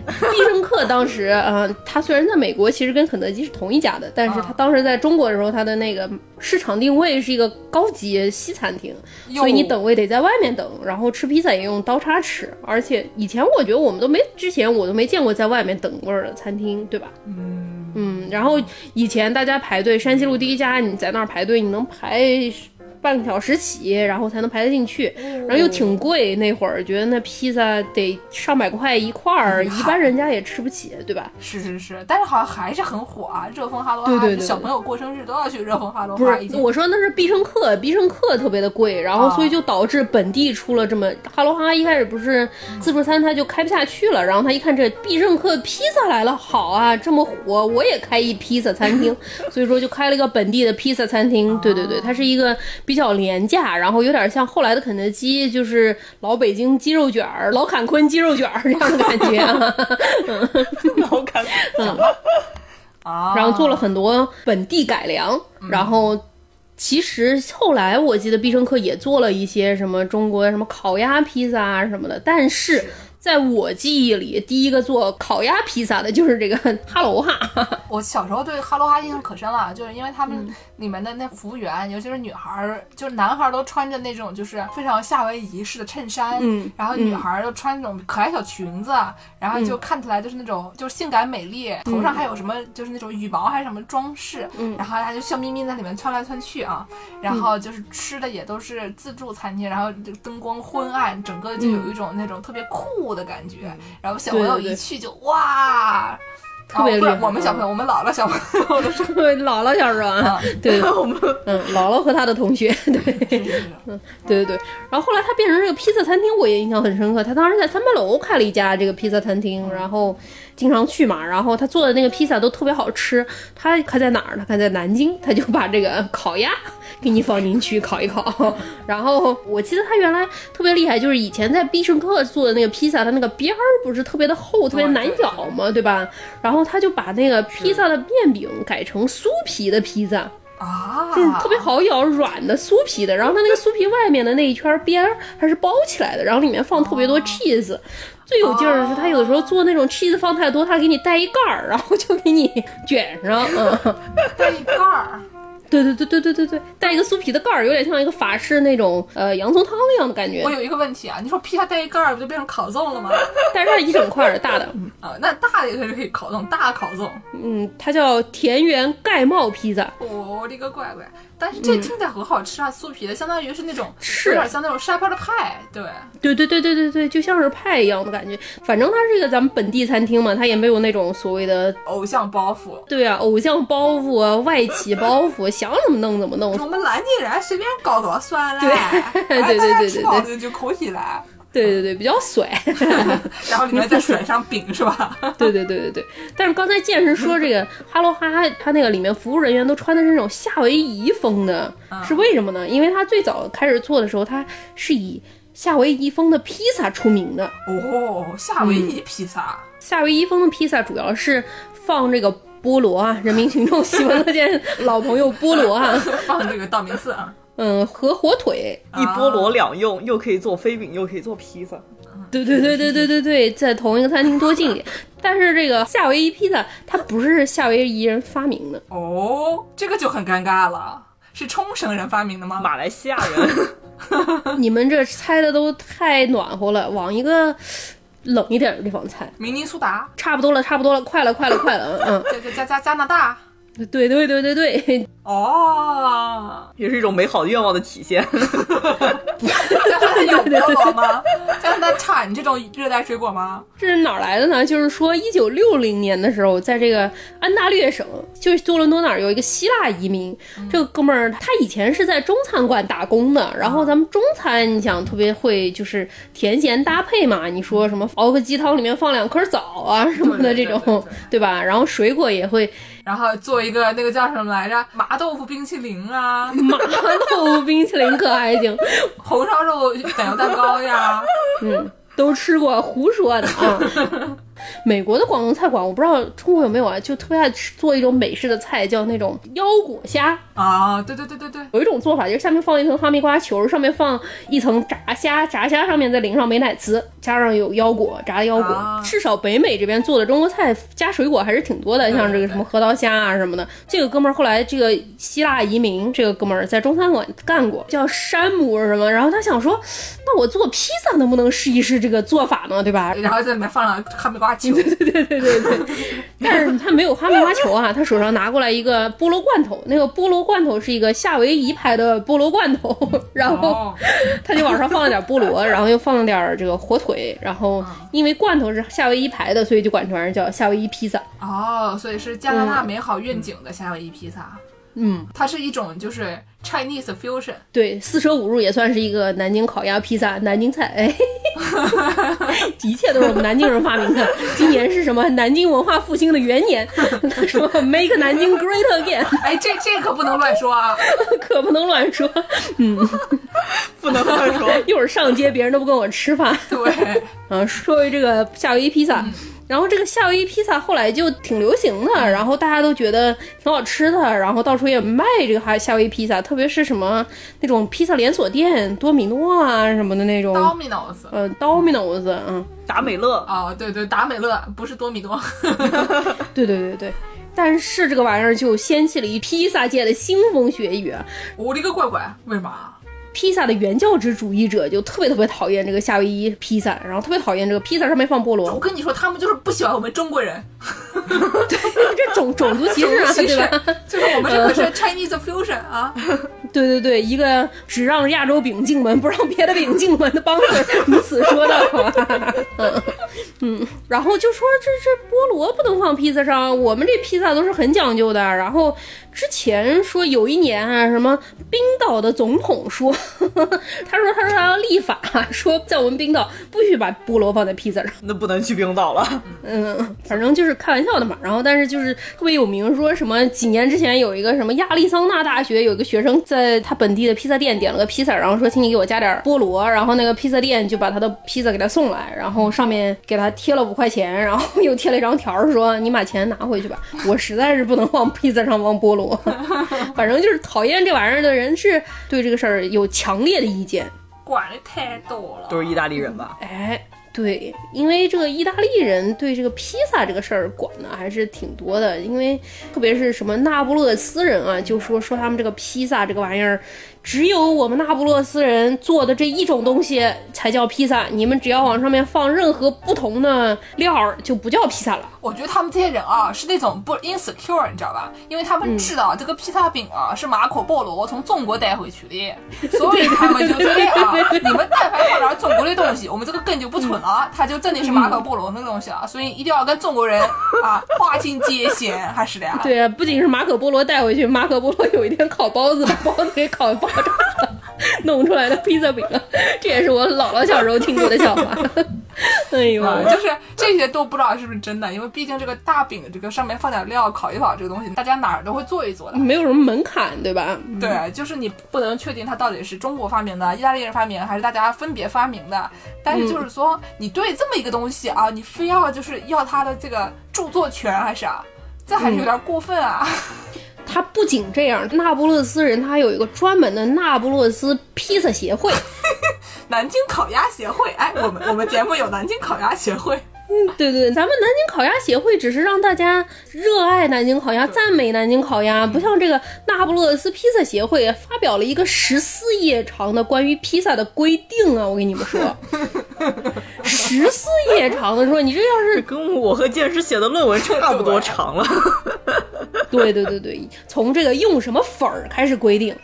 Speaker 3: 必胜客当时，呃，它虽然在美国其实跟肯德基是同一家的，但是它
Speaker 1: 啊
Speaker 3: 当时在中国的时候，它的那个市场定位是一个高级西餐厅，所以你
Speaker 1: 哟
Speaker 3: 等位得在外面等，然后吃披萨也用刀叉吃，而且以前我觉得我们都没，之前我都没见过在外面等位儿的餐厅，对吧？
Speaker 1: 嗯，
Speaker 3: 嗯，然后以前大家排队，山西路第一家，你在那儿排队，你能排半个小时起，然后才能排得进去，然后又挺贵。那会儿觉得那披萨得上百块一块儿，
Speaker 1: 嗯
Speaker 3: 一般人家也吃不起，对吧？
Speaker 1: 是是是，但是好像还是很火啊！热风哈罗哈，
Speaker 3: 对对对
Speaker 1: 小朋友过生日都要去热风哈罗
Speaker 3: 不
Speaker 1: 哈，
Speaker 3: 是
Speaker 1: 已，经
Speaker 3: 我说那是必胜客，必胜客特别的贵，然后
Speaker 1: 啊
Speaker 3: 所以就导致本地出了这么哈喽哈。一开始不是自助餐他就开不下去了，然后他一看这必胜客披萨来了，好啊，这么火，我也开一披萨餐厅，所以说就开了一个本地的披萨餐厅。对对对，它是一个比较廉价，然后有点像后来的肯德基，就是老北京鸡肉卷儿、老坎昆鸡肉卷儿这样的感觉啊。
Speaker 2: [LAUGHS] 老感觉
Speaker 1: 啊，
Speaker 3: 然后做了很多本地改良，然后。其实后来我记得必胜客也做了一些什么中国什么烤鸭披萨啊什么的，但是在我记忆里，第一个做烤鸭披萨的就是这个哈喽哈， [LAUGHS]
Speaker 1: 我小时候对哈罗哈印象可深了，就是因为他
Speaker 3: 嗯
Speaker 1: 们里面的那服务员，尤其是女孩儿，就是男孩儿都穿着那种就是非常夏威夷式的衬衫，
Speaker 3: 嗯嗯
Speaker 1: 然后女孩儿又穿那种可爱小裙子，然后就看起来就是那种就是性感美丽，头上还有什么就是那种羽毛还是什么装饰，
Speaker 3: 嗯
Speaker 1: 然后她就笑眯眯在里面窜来窜去啊，然后就是吃的也都是自助餐厅，然后就灯光昏暗，整个就有一种那种特别酷的感觉，然后小朋友
Speaker 3: 嗯对对对
Speaker 1: 一去就哇。
Speaker 3: 特别
Speaker 1: 哦不
Speaker 3: 厉
Speaker 1: 是
Speaker 3: 害嗯
Speaker 1: 我们小朋友，我们姥姥小朋
Speaker 3: [LAUGHS]
Speaker 1: 友
Speaker 3: 姥姥小时候啊，对，
Speaker 2: 我们
Speaker 3: 嗯，姥姥和她的同学， [LAUGHS] 对。
Speaker 1: 是是是
Speaker 3: 对对对，然后后来它变成这个披萨餐厅，我也印象很深刻。他当时在三牌楼开了一家这个披萨餐厅，然后经常去嘛。然后他做的那个披萨都特别好吃。他开在哪儿呢？开在南京，他就把这个烤鸭给你放进去烤一烤。然后我记得他原来特别厉害，就是以前在必胜客做的那个披萨，它那个边儿不是特别的厚，特别
Speaker 1: 对
Speaker 3: 难
Speaker 1: 对
Speaker 3: 咬嘛，对吧？然后他就把那个披萨的面饼改成酥皮的披萨。
Speaker 1: 啊，
Speaker 3: 就是特别好咬，软的酥皮的，然后它那个酥皮外面的那一圈儿边儿还是包起来的，然后里面放特别多 cheese。最有劲儿的是，它有的时候做那种 cheese 放太多，它给你带一盖儿，然后就给你卷
Speaker 1: [LAUGHS]
Speaker 3: 上。嗯，
Speaker 1: 带一盖
Speaker 3: [LAUGHS]
Speaker 1: 儿，
Speaker 3: 对对对对对对对，带一个酥皮的盖儿，有点像一个法式那种呃洋葱汤一样的感觉
Speaker 1: 我，有一个问题啊，你说披萨带一盖儿不就变成烤粽了吗？
Speaker 3: 但是它是一整块儿的
Speaker 1: [LAUGHS]
Speaker 3: 大的。
Speaker 1: 啊，那大的也是可以烤粽，大烤粽。
Speaker 3: 嗯，它叫田园盖帽披萨。
Speaker 1: 我我的个乖乖！但是这听起来很好吃啊，酥皮的，相当于是那种
Speaker 3: 是
Speaker 1: 有点像那种沙派的派，对，
Speaker 3: 对对对对对对，就像是派一样的感觉。反正它是一个咱们本地餐厅嘛，它也没有那种所谓的
Speaker 1: 偶像包袱。
Speaker 3: 对啊，偶像包袱啊，外企包袱，想怎么弄怎么弄。
Speaker 1: 我们南京人随便搞搞算了，
Speaker 3: 对对对对对对
Speaker 1: 哎吃饱了就扣起来， [LAUGHS]
Speaker 3: 对对对，比较甩。 [LAUGHS]
Speaker 1: 然后里面再甩上饼是吧？
Speaker 3: 对对对对对。但是刚才健身说这个哈喽哈，他那个里面服务人员都穿的是那种夏威夷风的，是为什么呢？因为他最早开始做的时候，他是以夏威夷风的披萨出名的。
Speaker 1: 哦，夏威夷披萨，
Speaker 3: 夏威夷风的披萨主要是放这个菠萝啊，人民群众喜闻乐见老朋友菠萝啊，
Speaker 1: 放这个道明寺啊，
Speaker 3: 嗯，和火腿，
Speaker 2: 一菠萝两用，又可以做飞饼，又可以做披萨。
Speaker 3: 对对对对对对对，在同一个餐厅多进一点。但是这个夏威夷披萨，它不是夏威夷人发明的，
Speaker 1: 哦，这个就很尴尬了，是冲绳人发明的吗？
Speaker 2: 马来西亚人 [LAUGHS]
Speaker 3: 你们这猜的都太暖和了，往一个冷一点的地方猜。
Speaker 1: 明尼苏达，
Speaker 3: 差不多了，差不多了，快了，快了，快了，嗯
Speaker 1: 这个加加加拿大。
Speaker 3: 嗯，对对对对对，
Speaker 1: 哦，
Speaker 2: 也是一种美好愿望的体现。
Speaker 1: 加拿大有菠萝吗？加拿大产这种热带水果吗？
Speaker 3: 这是哪儿来的呢？就是说，一九六零年的时候，在这个安大略省，就是多伦多那儿有一个希腊移民，
Speaker 1: 嗯
Speaker 3: 这个哥们儿他以前是在中餐馆打工的，然
Speaker 1: 嗯
Speaker 3: 后咱们中餐你想特别会就是甜咸搭配嘛，你说什么熬个鸡汤里面放两颗枣啊什么的
Speaker 1: 嗯对
Speaker 3: 这
Speaker 1: 对
Speaker 3: 种
Speaker 1: 对对，
Speaker 3: 对吧？然后水果也会
Speaker 1: 然后做一个那个叫什么来着麻豆腐冰淇淋啊，
Speaker 3: 麻豆腐冰淇淋可还行，
Speaker 1: 红烧肉奶油蛋糕呀，
Speaker 3: 嗯，都吃过，胡说
Speaker 1: [LAUGHS]
Speaker 3: 的啊。美国的广东菜馆，我不知道中国有没有啊，就特别爱吃做一种美式的菜，叫那种腰果虾。
Speaker 1: 啊，对对对对对，
Speaker 3: 有一种做法就是下面放一层哈密瓜球，上面放一层炸虾，炸虾上面再淋上美乃滋，加上有腰果，炸的腰果。
Speaker 1: 啊
Speaker 3: 至少北美这边做的中国菜加水果还是挺多的，
Speaker 1: 对
Speaker 3: 像这个
Speaker 1: 对
Speaker 3: 什么核桃虾啊什么的。这个哥们儿后来这个希腊移民，这个哥们儿在中餐馆干过，叫山姆什么，然后他想说，那我做披萨能不能试一试这个做法呢？对吧？
Speaker 1: 然后在里面放上哈密瓜球，
Speaker 3: 对对对，但是他没有哈密瓜球啊，他 [LAUGHS] 手上拿过来一个菠萝罐头，那个菠萝罐头是一个夏威夷牌的菠萝罐头，然后
Speaker 1: 哦
Speaker 3: 他就往上放了点菠萝，然后又放了点这个火腿，然后因为罐头是夏威夷牌的，所以就管这玩意儿叫夏威夷披萨。
Speaker 1: 哦，所以是加拿大美好愿景的夏威夷披萨，
Speaker 3: 嗯，
Speaker 1: 它是一种就是 Chinese fusion，
Speaker 3: 对，四舍五入也算是一个南京烤鸭披萨，南京菜，哎，一切都是我们南京人发明的。今年是什么南京文化复兴的元年？他说 [LAUGHS] “Make 南京 Great Again”。
Speaker 1: 哎，这这可不能乱说啊，
Speaker 3: 可不能乱说，
Speaker 2: 不能乱说。
Speaker 3: 一会儿上街别人都不跟我吃饭。
Speaker 1: 对，
Speaker 3: 啊，说回这个夏威夷披萨，然后这个夏威夷披萨后来就挺流行的，然后大家都觉得挺好吃的，然后到处也卖这个哈夏威夷披萨，特别是什么那种披萨连锁店，多米诺啊什么的那种，
Speaker 1: Domino's。
Speaker 3: 呃，Domino's，嗯，
Speaker 2: 达美乐
Speaker 1: 哦，对对，达美乐不是多米多，
Speaker 3: 对对对对。但是这个玩意儿就掀起了一披萨界的腥风血雨啊！
Speaker 1: 我的个乖乖，为啊嘛？
Speaker 3: 披萨的原教旨主义者就特别特别讨厌这个夏威夷披萨，然后特别讨厌这个披萨上面放菠萝
Speaker 1: 我。跟你说，他们就是不喜欢我们中国人，
Speaker 3: 这种种族歧视啊，
Speaker 1: 其
Speaker 3: 对
Speaker 1: 实 [LAUGHS]
Speaker 3: 吧？ [LAUGHS] 嗯
Speaker 1: 就是我们这可是 Chinese fusion 啊，
Speaker 3: 对对对，一个只让亚洲饼进门，不让别的饼进门的帮子， [LAUGHS] 如此说道啊。嗯嗯，然后就说这这菠萝不能放披萨上，我们这披萨都是很讲究的。然后之前说有一年啊，什么冰岛的总统说， [LAUGHS] 他说他说他要立法，说在我们冰岛不许把菠萝放在披萨上。
Speaker 2: 那不能去冰岛了，
Speaker 3: 嗯，反正就是开玩笑的嘛。然后，但是就是特别有名，说什么几年之前有一个什么亚利桑那大学有一个学生在他本地的披萨店点了个披萨，然后说请你给我加点菠萝，然后那个披萨店就把他的披萨给他送来，然后上面给他贴了五块钱，然后又贴了一张条儿说你把钱拿回去吧，我实在是不能往披萨上放菠萝。反正就是讨厌这玩意儿的人是对这个事儿有强烈的意见。
Speaker 1: 管的太多了，
Speaker 2: 都是意大利人吧？
Speaker 3: 哎，对，因为这个意大利人对这个披萨这个事儿管的还是挺多的，因为特别是什么那不勒斯人啊，就说说他们这个披萨这个玩意儿，只有我们那不勒斯人做的这一种东西才叫披萨，你们只要往上面放任何不同的料儿，就不叫披萨了。
Speaker 1: 我觉得他们这些人啊，是那种不 insecure，你知道吧？因为他们知道这个披萨饼啊是马可波罗从中国带回去的，所以他们就说哎啊，你们但凡放点中国的东西，我们这个根就不存了，它就真的是马可波罗那个东西了。所以一定要跟中国人啊划清界限，还是的呀。
Speaker 3: 对啊，不仅是马可波罗带回去， [LAUGHS] 马可波罗有一天烤包子，把 [LAUGHS] 包子给烤爆炸了，弄出来的披萨饼， [LAUGHS] 这也是我姥姥小时候听过的笑话。 [LAUGHS] 哎呦，
Speaker 1: 啊，就是这些都不知道是不是真的，因为毕竟这个大饼这个上面放点料烤一烤这个东西，大家哪儿都会做一做的。
Speaker 3: 没有什么门槛，对吧？
Speaker 1: 对，就是你不能确定它到底是中国发明的、意大利人发明，还是大家分别发明的。但
Speaker 3: 嗯
Speaker 1: 是就是说，你对这么一个东西啊，你非要就是要它的这个著作权，还是啊，这
Speaker 3: 嗯
Speaker 1: 还是有点过分啊！ [LAUGHS]
Speaker 3: 他不仅这样，那不勒斯人他还有一个专门的那不勒斯披萨协会，
Speaker 1: 南京烤鸭协会，哎，我们我们节目有南京烤鸭协会，
Speaker 3: 对对，咱们南京烤鸭协会只是让大家热爱南京烤鸭、赞美南京烤鸭，不像这个那不勒斯披萨协会发表了一个十四页长的关于披萨的规定啊！我跟你们说，十四页长的说，你这要是
Speaker 2: 跟我和剑师写的论文差不多长了。 [LAUGHS]
Speaker 3: 对对对对，从这个用什么粉儿开始规定，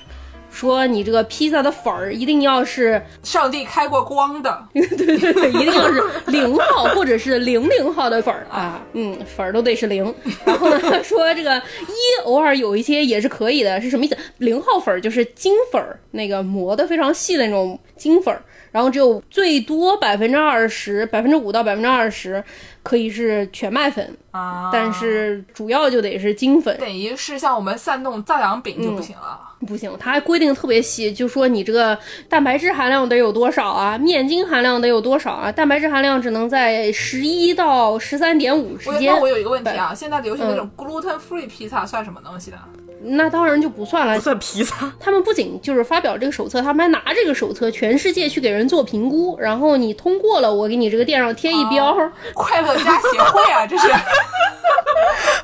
Speaker 3: 说你这个披萨的粉儿一定要是，
Speaker 1: 上帝开过光的，
Speaker 3: 对对对， [LAUGHS] 一定要是零号或者是零零号的粉儿啊，嗯，粉儿都得是零。然后呢， [LAUGHS] 说这个一偶尔有一些也是可以的，是什么意思？零号粉儿就是精粉儿，那个磨得非常细的那种精粉儿，然后只有最多百分之二十，百分之五到百分之二十可以是全麦粉，
Speaker 1: 啊，
Speaker 3: [LAUGHS] 但是主要就得是精粉。
Speaker 1: 等于是像我们散冻炸酱饼就
Speaker 3: 嗯
Speaker 1: 不行了，
Speaker 3: 不行，它还规定特别细，就说你这个蛋白质含量得有多少啊，面筋含量得有多少啊，蛋白质含量只能在十一到十三点五之
Speaker 1: 我
Speaker 3: 间
Speaker 1: 那。我有一个问题啊，现在流
Speaker 3: 嗯
Speaker 1: 行那种 gluten free 披萨算什么东西呢？
Speaker 3: 那当然就不算
Speaker 2: 不
Speaker 3: 了。
Speaker 2: 算披萨，
Speaker 3: 他们不仅就是发表这个手册，他们还拿这个手册全世界去给人做评估，然后你通过了，我给你这个店上贴一标。
Speaker 1: 快乐家协会啊，这是 [LAUGHS]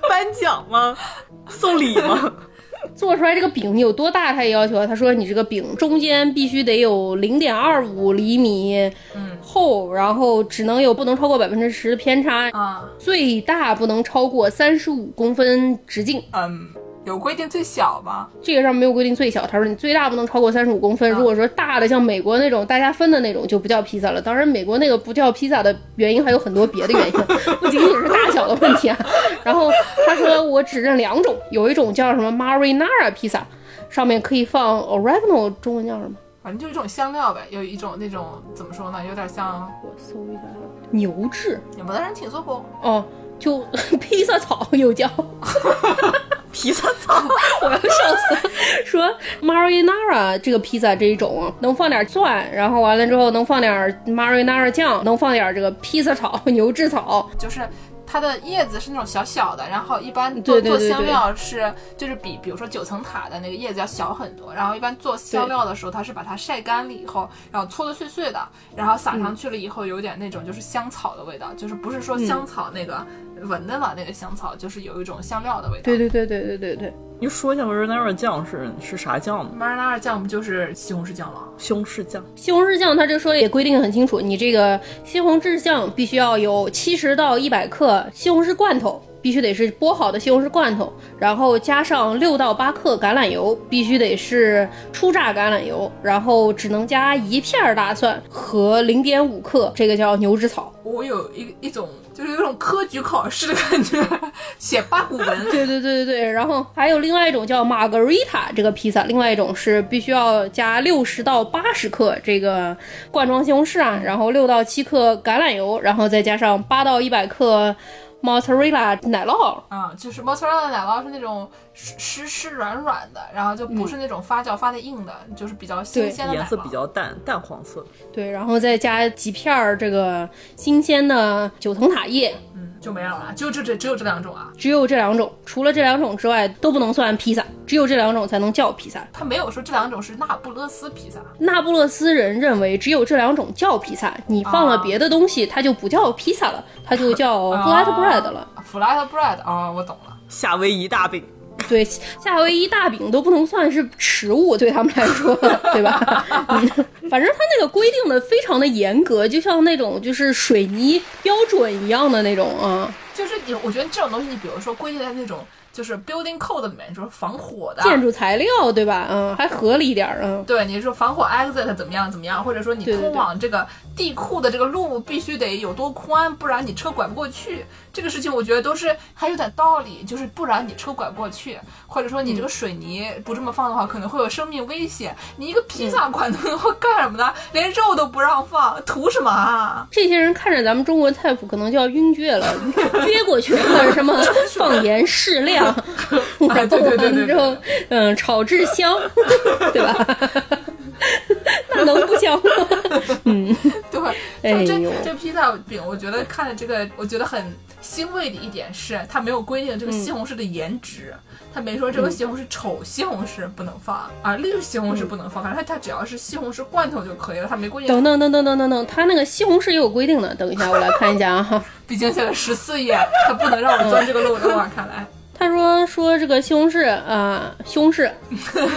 Speaker 2: 颁奖吗？送礼吗？
Speaker 3: 做出来这个饼有多大，他也要求。他说你这个饼中间必须得有零点二五厘米厚，然后只能有不能超过百分之十的偏差，
Speaker 1: 啊，
Speaker 3: 最大不能超过三十五公分直径。
Speaker 1: 嗯，有规定最小吗？
Speaker 3: 这个上没有规定最小，他说你最大不能超过三十五公分。如果说大的像美国那种大家分的那种就不叫披萨了。当然，美国那个不叫披萨的原因还有很多别的 [LAUGHS] 原因，不仅仅是大小的问题啊。然后他说我只认两种，有一种叫什么 marinara 披萨，上面可以放 oregano，中文叫什么？
Speaker 1: 反正就是一种香料呗，有一种那种怎么说呢，有点像
Speaker 3: 我搜一下，牛至
Speaker 1: 有的人听说过，
Speaker 3: 哦，就 [LAUGHS] 披萨草又叫。
Speaker 2: 披萨草，
Speaker 3: 我要笑死！ [LAUGHS] 说 marinara 这个披萨这一种啊，能放点蒜，然后完了之后能放点 marinara 酱，能放点这个披萨草、牛至草， [LAUGHS]
Speaker 1: 就是它的叶子是那种小小的，然后一般做
Speaker 3: 对对
Speaker 1: 做
Speaker 3: 对
Speaker 1: 香料是就是比比如说九层塔的那个叶子要小很多，然后一般做香料的时候，它是把它晒干了以后，然后搓的碎碎的，然后撒上去了以后，有点那种就是香草的味道，就是不是说香草那个闻的嘛，那个香草就是有一种香料的味道。
Speaker 3: 对对对对对对对，
Speaker 2: 你说一下 marinara 酱是是啥酱吗？
Speaker 1: 马尔纳尔酱不就是西红柿酱吗？
Speaker 2: 西红柿酱。
Speaker 3: 西红柿酱它这说也规定得很清楚，你这个西红柿酱必须要有七十到一百克西红柿罐头。必须得是剥好的西红柿罐头，然后加上六到八克橄榄油，必须得是初榨橄榄油，然后只能加一片儿大蒜和零点五克这个叫牛至草，
Speaker 1: 我有一一种就是有一种科举考试的感觉， [LAUGHS] 写八股文。
Speaker 3: 对对对对对，然后还有另外一种叫玛格丽塔这个披萨，另外一种是必须要加六十到八十克这个罐装西红柿啊，然后六到七克橄榄油，然后再加上八到一百克 mozzarella 奶酪。
Speaker 1: 啊、就是 mozzarella 的奶酪是那种湿湿湿软软的，然后就不是那种发酵发的硬的，就是比较新鲜的奶
Speaker 2: 颜
Speaker 1: 酪
Speaker 2: 色比较淡，淡黄色。
Speaker 3: 对，然后再加几片儿这个新鲜的九层塔叶，
Speaker 1: 嗯，就没有了，就这这只有这两种啊，
Speaker 3: 只有这两种，除了这两种之外都不能算披萨，只有这两种才能叫披萨。
Speaker 1: 它没有说这两种是那不勒斯披萨，
Speaker 3: 那不勒斯人认为只有这两种叫披萨，你放了别的东西，它就不叫披萨了，它就叫
Speaker 1: 哦
Speaker 3: flat bread 了。
Speaker 1: 啊 flat bread 啊、我懂了，
Speaker 2: 夏威夷大饼， [LAUGHS]
Speaker 3: 对，夏威夷大饼都不能算是食物，对他们来说，对吧？嗯反正它那个规定的非常的严格，就像那种就是水泥标准一样的那种啊，
Speaker 1: 就是你，我觉得这种东西，你比如说归结在那种就是 building code 里面，说防火的。啊
Speaker 3: 建筑材料，对吧？嗯，还合理一点儿，嗯。
Speaker 1: 对，你说防火 exit 怎么样怎么样，或者说你
Speaker 3: 对对对
Speaker 1: 通往这个地库的这个路必须得有多宽，不然你车拐不过去。这个事情我觉得都是还有点道理，就是不然你车拐不过去，或者说你这
Speaker 3: 嗯
Speaker 1: 个水泥不这么放的话，可能会有生命危险。你一个披萨馆子会干什么呢？连肉都不让放，图什么啊？
Speaker 3: 这些人看着咱们中国菜谱，可能就要晕厥
Speaker 1: [LAUGHS]
Speaker 3: 了，撅过去了，什么放盐适
Speaker 1: [LAUGHS]
Speaker 3: 量，然后
Speaker 1: 啊对对对对
Speaker 3: 完了之后，嗯，炒至香， [LAUGHS] 对吧？ [LAUGHS] 那能不香吗？ [LAUGHS]
Speaker 1: [LAUGHS] 对，
Speaker 3: 哎
Speaker 1: 就这、
Speaker 3: 呦
Speaker 1: 这披萨饼，我觉得看了这个，我觉得很欣慰的一点是，它没有规定这
Speaker 3: 嗯
Speaker 1: 个西红柿的颜值，它没说这个西红柿丑西红柿不能放啊，绿西红柿不能放，反正它它只要是西红柿罐头就可以了，它没规定。
Speaker 3: 嗯等等等等等等等，他那个西红柿也有规定的，等一下我来看一下啊。
Speaker 1: 毕竟现在十四页，它不能让
Speaker 3: 嗯
Speaker 1: 我钻这个漏洞啊！看来
Speaker 3: 他说说这个西红柿啊、西红柿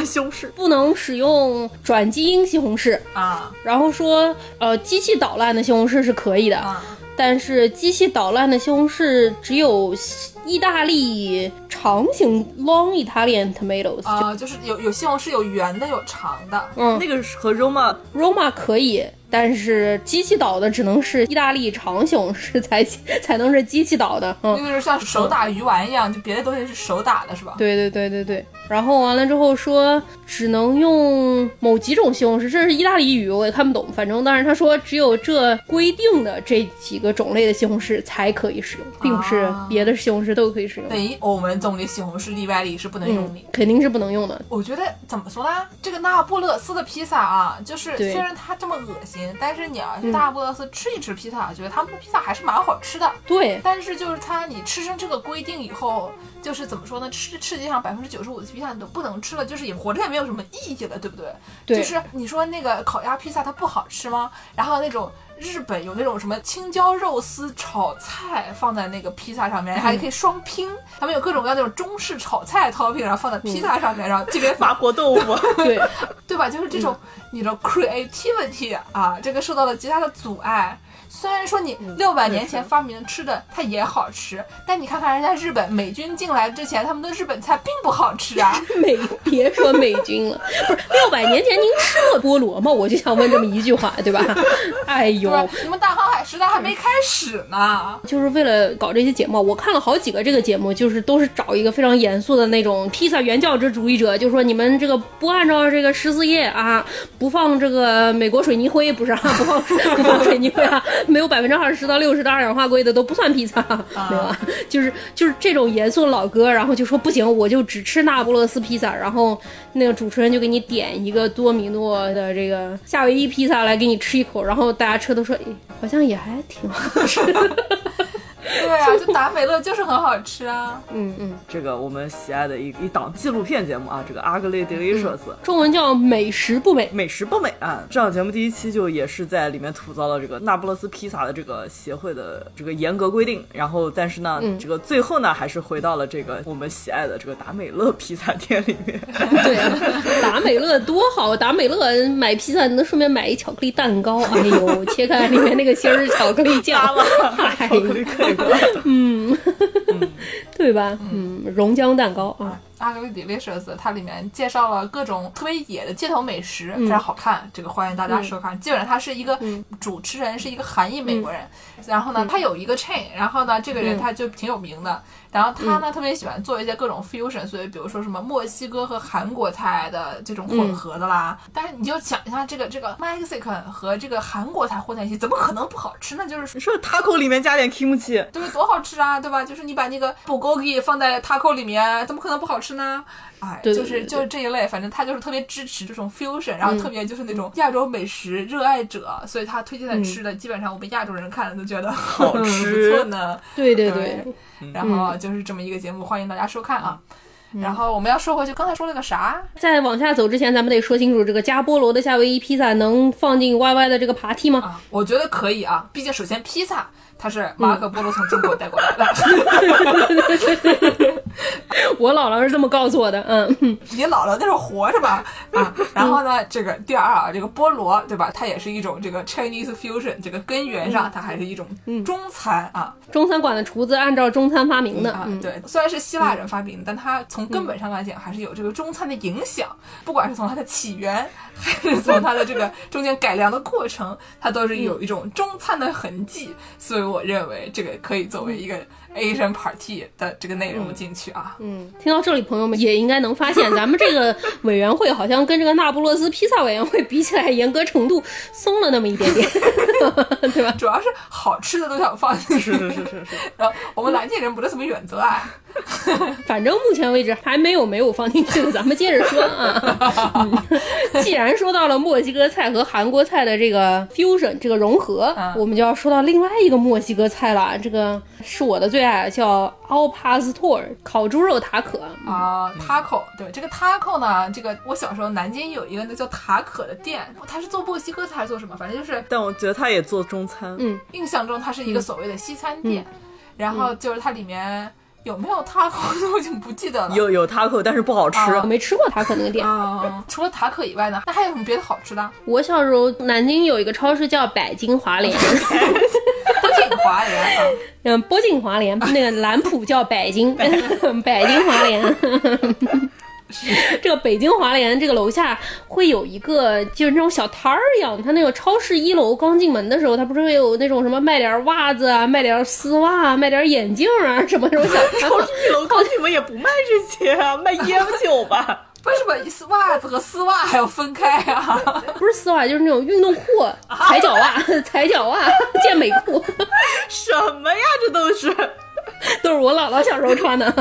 Speaker 2: 西红柿。
Speaker 3: 不能使用转基因西红柿，
Speaker 1: 啊
Speaker 3: 然后说呃机器捣烂的西红柿是可以的，
Speaker 1: 啊，
Speaker 3: 但是机器捣烂的西红柿只有西意大利长形 long Italian tomatoes，、
Speaker 1: 啊，就是有有西红柿有圆的有长的，
Speaker 3: 嗯
Speaker 2: 那个是和 Roma
Speaker 3: ，Roma 可以，但是机器岛的只能是意大利长西红柿才才能是机器岛的，嗯
Speaker 1: 那，个是像手打鱼丸一样，就别的东西是手打的是吧？
Speaker 3: 对对对对对。然后完了之后说只能用某几种西红柿，这是意大利语，我也看不懂。反正，但是他说只有这规定的这几个种类的西红柿才可以使用，并不是
Speaker 1: 啊
Speaker 3: 别的西红柿都可以使用。
Speaker 1: 等于我们总理西红柿例外里是不能用
Speaker 3: 嗯
Speaker 1: 的。，
Speaker 3: 肯定是不能用的。
Speaker 1: 我觉得怎么说呢？这个那不勒斯的披萨啊，就是
Speaker 3: 对
Speaker 1: 虽然它这么恶心，但是你要去那不勒斯吃一吃披萨，觉得他们的披萨还是蛮好吃的。 [LAUGHS]
Speaker 3: 对，
Speaker 1: 但是就是它，你吃成这个规定以后，就是怎么说呢？吃世界上百分之九十五的披萨你都不能吃了，就是也活着也没有什么意义了，对不对？
Speaker 3: 对
Speaker 1: 就是你说那个烤鸭披萨它不好吃吗？然后那种。日本有那种什么青椒肉丝炒菜放在那个披萨上面，还
Speaker 3: 嗯
Speaker 1: 可以双拼。他们有各种各样那种中式炒菜 topping，然后放在披萨
Speaker 3: 嗯
Speaker 1: 上面，然后这边
Speaker 2: 法国豆腐，
Speaker 3: 对，
Speaker 1: 对吧？就是这种你的 creativity 啊，这个受到了极大的阻碍。虽然说你六百年前发明吃的它也好吃，但你看看人家日本美军进来之前，他们的日本菜并不好吃啊。
Speaker 3: 美别说美军了，不是六百年前您吃过菠萝吗？我就想问这么一句话，对吧？哎
Speaker 1: 对啊
Speaker 3: 呦
Speaker 1: 吧，？你们大航海时代还没开始呢。
Speaker 3: 就是为了搞这些节目，我看了好几个这个节目，就是都是找一个非常严肃的那种披萨原教旨主义者，就说你们这个不按照这个十四页啊，不放这个美国水泥灰，不是、啊、 [LAUGHS] 不放不放水泥灰啊， [LAUGHS] 没有百分之二十到六十的二氧化硅的都不算披萨， [LAUGHS] 没有啊，就是就是这种严肃的老哥，然后就说不行，我就只吃那不勒斯披萨，然后那个主持人就给你点一个多米诺的这个夏威夷披萨来给你吃一口，然后大家吃都说，哎，好像也还挺好吃的。
Speaker 1: 对啊，就达美乐就是很好吃啊。
Speaker 3: 嗯，嗯，
Speaker 2: 这个我们喜爱的一一档纪录片节目啊，这个《Ugly Delicious》
Speaker 3: 中文叫美食不 [LAUGHS] 美。
Speaker 2: 美食不美啊！这档节目第一期就也是在里面吐槽了这个那不勒斯披萨的这个协会的这个严格规定，然后但是呢，这个最后呢还是回到了这个我们喜爱的这个达美乐披萨店里面。 [LAUGHS]
Speaker 3: 对啊，达美乐多好，达美乐买披萨你能顺便买一巧克力蛋糕。哎 [LAUGHS] 呦，切开里面那个芯儿是巧克力酱，哎
Speaker 2: 巧克力可以了
Speaker 3: 对吧？嗯，熔浆蛋糕啊，
Speaker 1: 阿格丽 Delicious，它里面介绍了各种特别野的街头美食，非常好看，这个欢迎大家收看。基本上他是一个主持人是一个韩裔美国人，然后呢，他有一个 chain，然后呢，这个人他就挺有名的。然后他呢特别喜欢做一些各种 fusion，所以比如说什么墨西哥和韩国菜的这种混合的啦。但是你就想一下，这个这个 Mexican 和这个韩国菜混在一起，怎么可能不好吃呢？就是说
Speaker 2: 你说 taco 里面加点 kimchi，
Speaker 1: 对，多好吃啊，对 [LAUGHS] 吧？就是你把那个 bulgogi 放在 taco 里面，怎么可能不好吃呢？哎，
Speaker 3: 对
Speaker 1: 就
Speaker 3: 对嗯
Speaker 1: 是
Speaker 3: 对
Speaker 1: 就是这一类，反正他就是特别支持这种 fusion，然后特别就是那种亚洲美食热爱者，所以他推荐的吃的，基本上我们亚洲人看了都觉
Speaker 3: [LAUGHS]
Speaker 1: 得好
Speaker 2: 吃
Speaker 1: 不错呢。
Speaker 3: 对对
Speaker 1: 对 [LAUGHS]
Speaker 3: 对，
Speaker 1: 然
Speaker 3: 嗯
Speaker 1: 后啊就是这么一个节目，欢迎大家收看啊。然后我们要说回去，刚才说了个啥？啊
Speaker 3: 在往下走之前，咱们得说清楚，这个加菠萝的夏威夷披萨能放进 YY 的这个爬梯吗？
Speaker 1: 啊，我觉得可以啊，毕竟首先披萨它是马可波罗从中国带过来
Speaker 3: [LAUGHS]
Speaker 1: 的，
Speaker 3: 我姥姥是这么告诉我的，嗯， [LAUGHS]
Speaker 1: 你姥姥那是活着吧？啊，然后呢，这个第二啊，这个菠萝对吧？它也是一种这个 Chinese fusion，这个根源上它还是一种中餐啊
Speaker 3: 中餐馆的厨子按照中餐发明的，
Speaker 1: 啊
Speaker 3: 嗯，，
Speaker 1: 对，虽然是希腊人发明，但它从根本上来讲还是有这个中餐的影响，不管是从它的起源， [LAUGHS] 还是从它的这个中间改良的过程，它都是有一种中餐的痕迹。所以我认为这个可以作为一个 Asian party 的这个内容进去啊。
Speaker 3: 嗯，听到这里，朋友们也应该能发现，咱们这个委员会好像跟这个那不勒斯披萨委员会比起来，严格程度松了那么一点点，对吧？
Speaker 1: 主要是好吃的都想放进去，
Speaker 2: 是是是是是，
Speaker 1: [LAUGHS] 然后我们南京人不是这么选择啊。
Speaker 3: 反正目前为止还没有没有放进去的，咱们接着说啊。嗯、既然说到了墨西哥菜和韩国菜的这个 fusion 这个融合，
Speaker 1: 嗯
Speaker 3: 我们就要说到另外一个墨西哥菜了，这个是我的最爱，叫 al pastor 烤猪肉塔可。
Speaker 2: 嗯
Speaker 1: 啊、塔 t a c o 对这个 taco 呢，这个我小时候南京有一个那叫塔可的店，它是做墨西哥菜还是做什么？反正就是
Speaker 2: 但我觉得他也做中餐，
Speaker 1: 印象中它是
Speaker 2: 嗯
Speaker 1: 一个所谓的西餐店，然后就是它里面有没有 taco 我已经不记得了。
Speaker 2: 有有 taco，但是不好吃。
Speaker 3: 我没吃过塔可那个店，
Speaker 1: 啊、除了塔可以外呢，那还有什么别的
Speaker 2: [LAUGHS]
Speaker 1: 好吃的？
Speaker 3: 我小时候南京有一个超市叫百金华联，
Speaker 1: 不仅华联啊，
Speaker 3: 嗯，波近华联，那个兰浦叫北京，北京华联。这个北京华联这个楼下会有一个就是那种小摊儿一样，它那个超市一楼刚进门的时候，它不是会有那种什么卖点袜子啊、卖点丝袜、啊、卖点眼镜啊什么那种小摊
Speaker 2: 超
Speaker 3: 儿
Speaker 2: 市。一楼高你们也不卖这些啊，卖烟酒
Speaker 1: [LAUGHS]
Speaker 2: 吧？
Speaker 1: 为什么丝袜子和丝袜还要分开啊？
Speaker 3: 不是丝袜，就是那种运动裤、踩脚袜、 [LAUGHS] 踩脚袜、健美裤，
Speaker 2: 什么呀，这都是
Speaker 3: 都是我姥姥小时候穿的。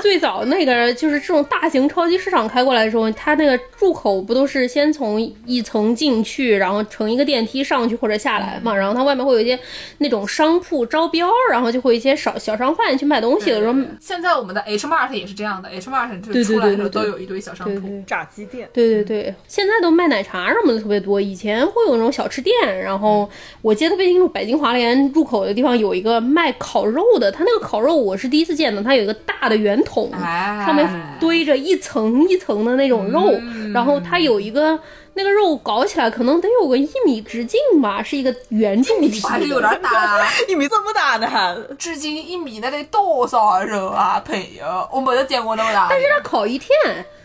Speaker 3: 最早那个就是这种大型超级市场开过来的时候，它那个入口不都是先从一层进去，然后乘一个电梯上去或者下来嘛？然后它外面会有一些那种商铺招标，然后就会有一些小小商贩去卖东西。有时候，
Speaker 1: 现在我们的 H Mart 也是这样的，H Mart 就
Speaker 3: 对对
Speaker 1: 出来的时候
Speaker 3: 对对对
Speaker 1: 都有一堆小商
Speaker 3: 对
Speaker 1: 铺。
Speaker 3: 对。
Speaker 2: 炸鸡店。
Speaker 3: 对对对，现在都卖奶茶什么的特别多，以前会有那种小吃店，然后我记得特别清楚，北京华联入口的地方有一个卖烤肉的，它那个烤肉我是第一次见的，它有一个大的圆筒，
Speaker 1: 哎，嗯
Speaker 3: 上面堆着一层一层的那种肉，然后它有一个那个肉搞起来可能得有个一米直径吧，是一个圆柱体
Speaker 1: 我，还是有点大。 [LAUGHS]
Speaker 2: 你们这么大呢？
Speaker 1: 至今一米那得多少肉啊，朋友？我没得见过那么大。但是
Speaker 3: 它烤一天，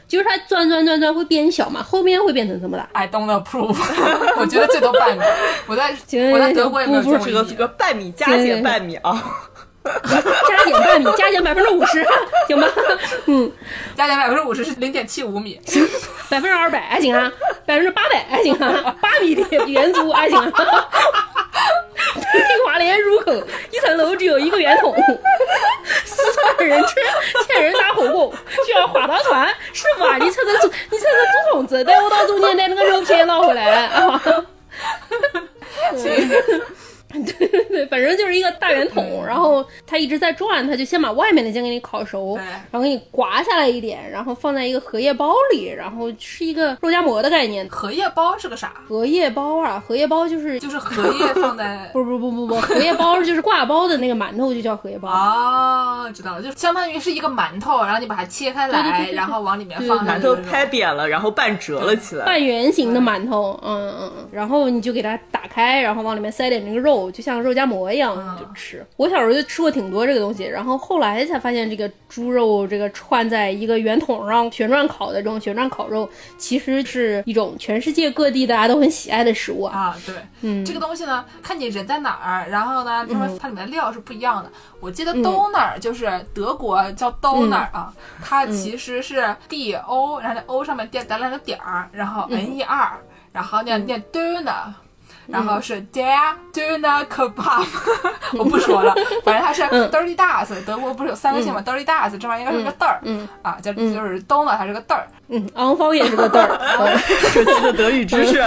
Speaker 3: 就是它转转转转会变小嘛，后面会变成这么大。
Speaker 1: I don't approve，我 [LAUGHS] 觉得最多半米。
Speaker 3: [LAUGHS]
Speaker 1: 我在
Speaker 3: 行
Speaker 1: 我在德国也没有
Speaker 3: 不不
Speaker 1: 见
Speaker 3: 是
Speaker 1: 过
Speaker 2: 这
Speaker 1: 一米
Speaker 2: 个这个半米加减
Speaker 3: 对
Speaker 2: 半米啊，
Speaker 3: 加减半米，加减百分之五十， [LAUGHS] 行吧？嗯，
Speaker 1: 加减百分之五十是零点七五米，
Speaker 3: 百分之二百还行啊，百分之八百还行啊，八米的圆足还行啊。 [LAUGHS] 北京华联入口一层楼只有一个圆筒，四川人吃，骗人打火锅，需要划到船。师傅啊，你趁着竹，你趁着竹筒子，带我到中间，带那个肉片捞回来啊。 [LAUGHS] 对对对，反正就是一个大圆筒，然后它一直在转，它就先把外面的先给你烤熟，
Speaker 1: 对
Speaker 3: 然后给你刮下来一点，然后放在一个荷叶包里，然后是一个肉夹馍的概念。
Speaker 1: 荷叶包是个啥？
Speaker 3: 荷叶包啊，荷叶包就是
Speaker 1: 就是荷叶放
Speaker 3: [LAUGHS]
Speaker 1: 在
Speaker 3: 不不不不不，荷叶包就是挂包的那个馒头就叫荷叶包。
Speaker 1: 哦，知道了，就相当于是一个馒头，然后你把它切开来，
Speaker 3: 对对对对
Speaker 1: 然后往里面放
Speaker 2: 馒头拍扁了，然后半折了起来。
Speaker 3: 半圆形的馒头，嗯嗯嗯，然后你就给它打开，然后往里面塞点那个肉，就像肉夹馍一样
Speaker 1: 嗯
Speaker 3: 就吃。我小时候就吃过挺多这个东西，然后后来才发现这个猪肉这个串在一个圆筒上旋转烤的这种旋转烤肉，其实是一种全世界各地大家都很喜爱的食物啊。
Speaker 1: 啊，对，
Speaker 3: 嗯，
Speaker 1: 这个东西呢，看你人在哪儿，然后呢，因为它里面的料是不一样的。我记得
Speaker 3: 嗯
Speaker 1: donut 就是德国叫 donut 啊，
Speaker 3: 嗯
Speaker 1: 它其实是 D O，然后那 O 上面点打两个点儿，然后
Speaker 3: 嗯
Speaker 1: N E R，然后念念 donut。然后是 Der Döner
Speaker 3: [LAUGHS]
Speaker 1: Kebab，我不说了，反正它是 Dirty Das，德国不是有三个姓吗？Dirty Das 这玩意儿是个嘚儿
Speaker 3: 嗯嗯
Speaker 1: 啊，叫就是 Donut 它是个嘚儿，
Speaker 3: 嗯，昂方也是个
Speaker 1: [LAUGHS]
Speaker 3: 字儿，嗯
Speaker 2: 这期的德语知识，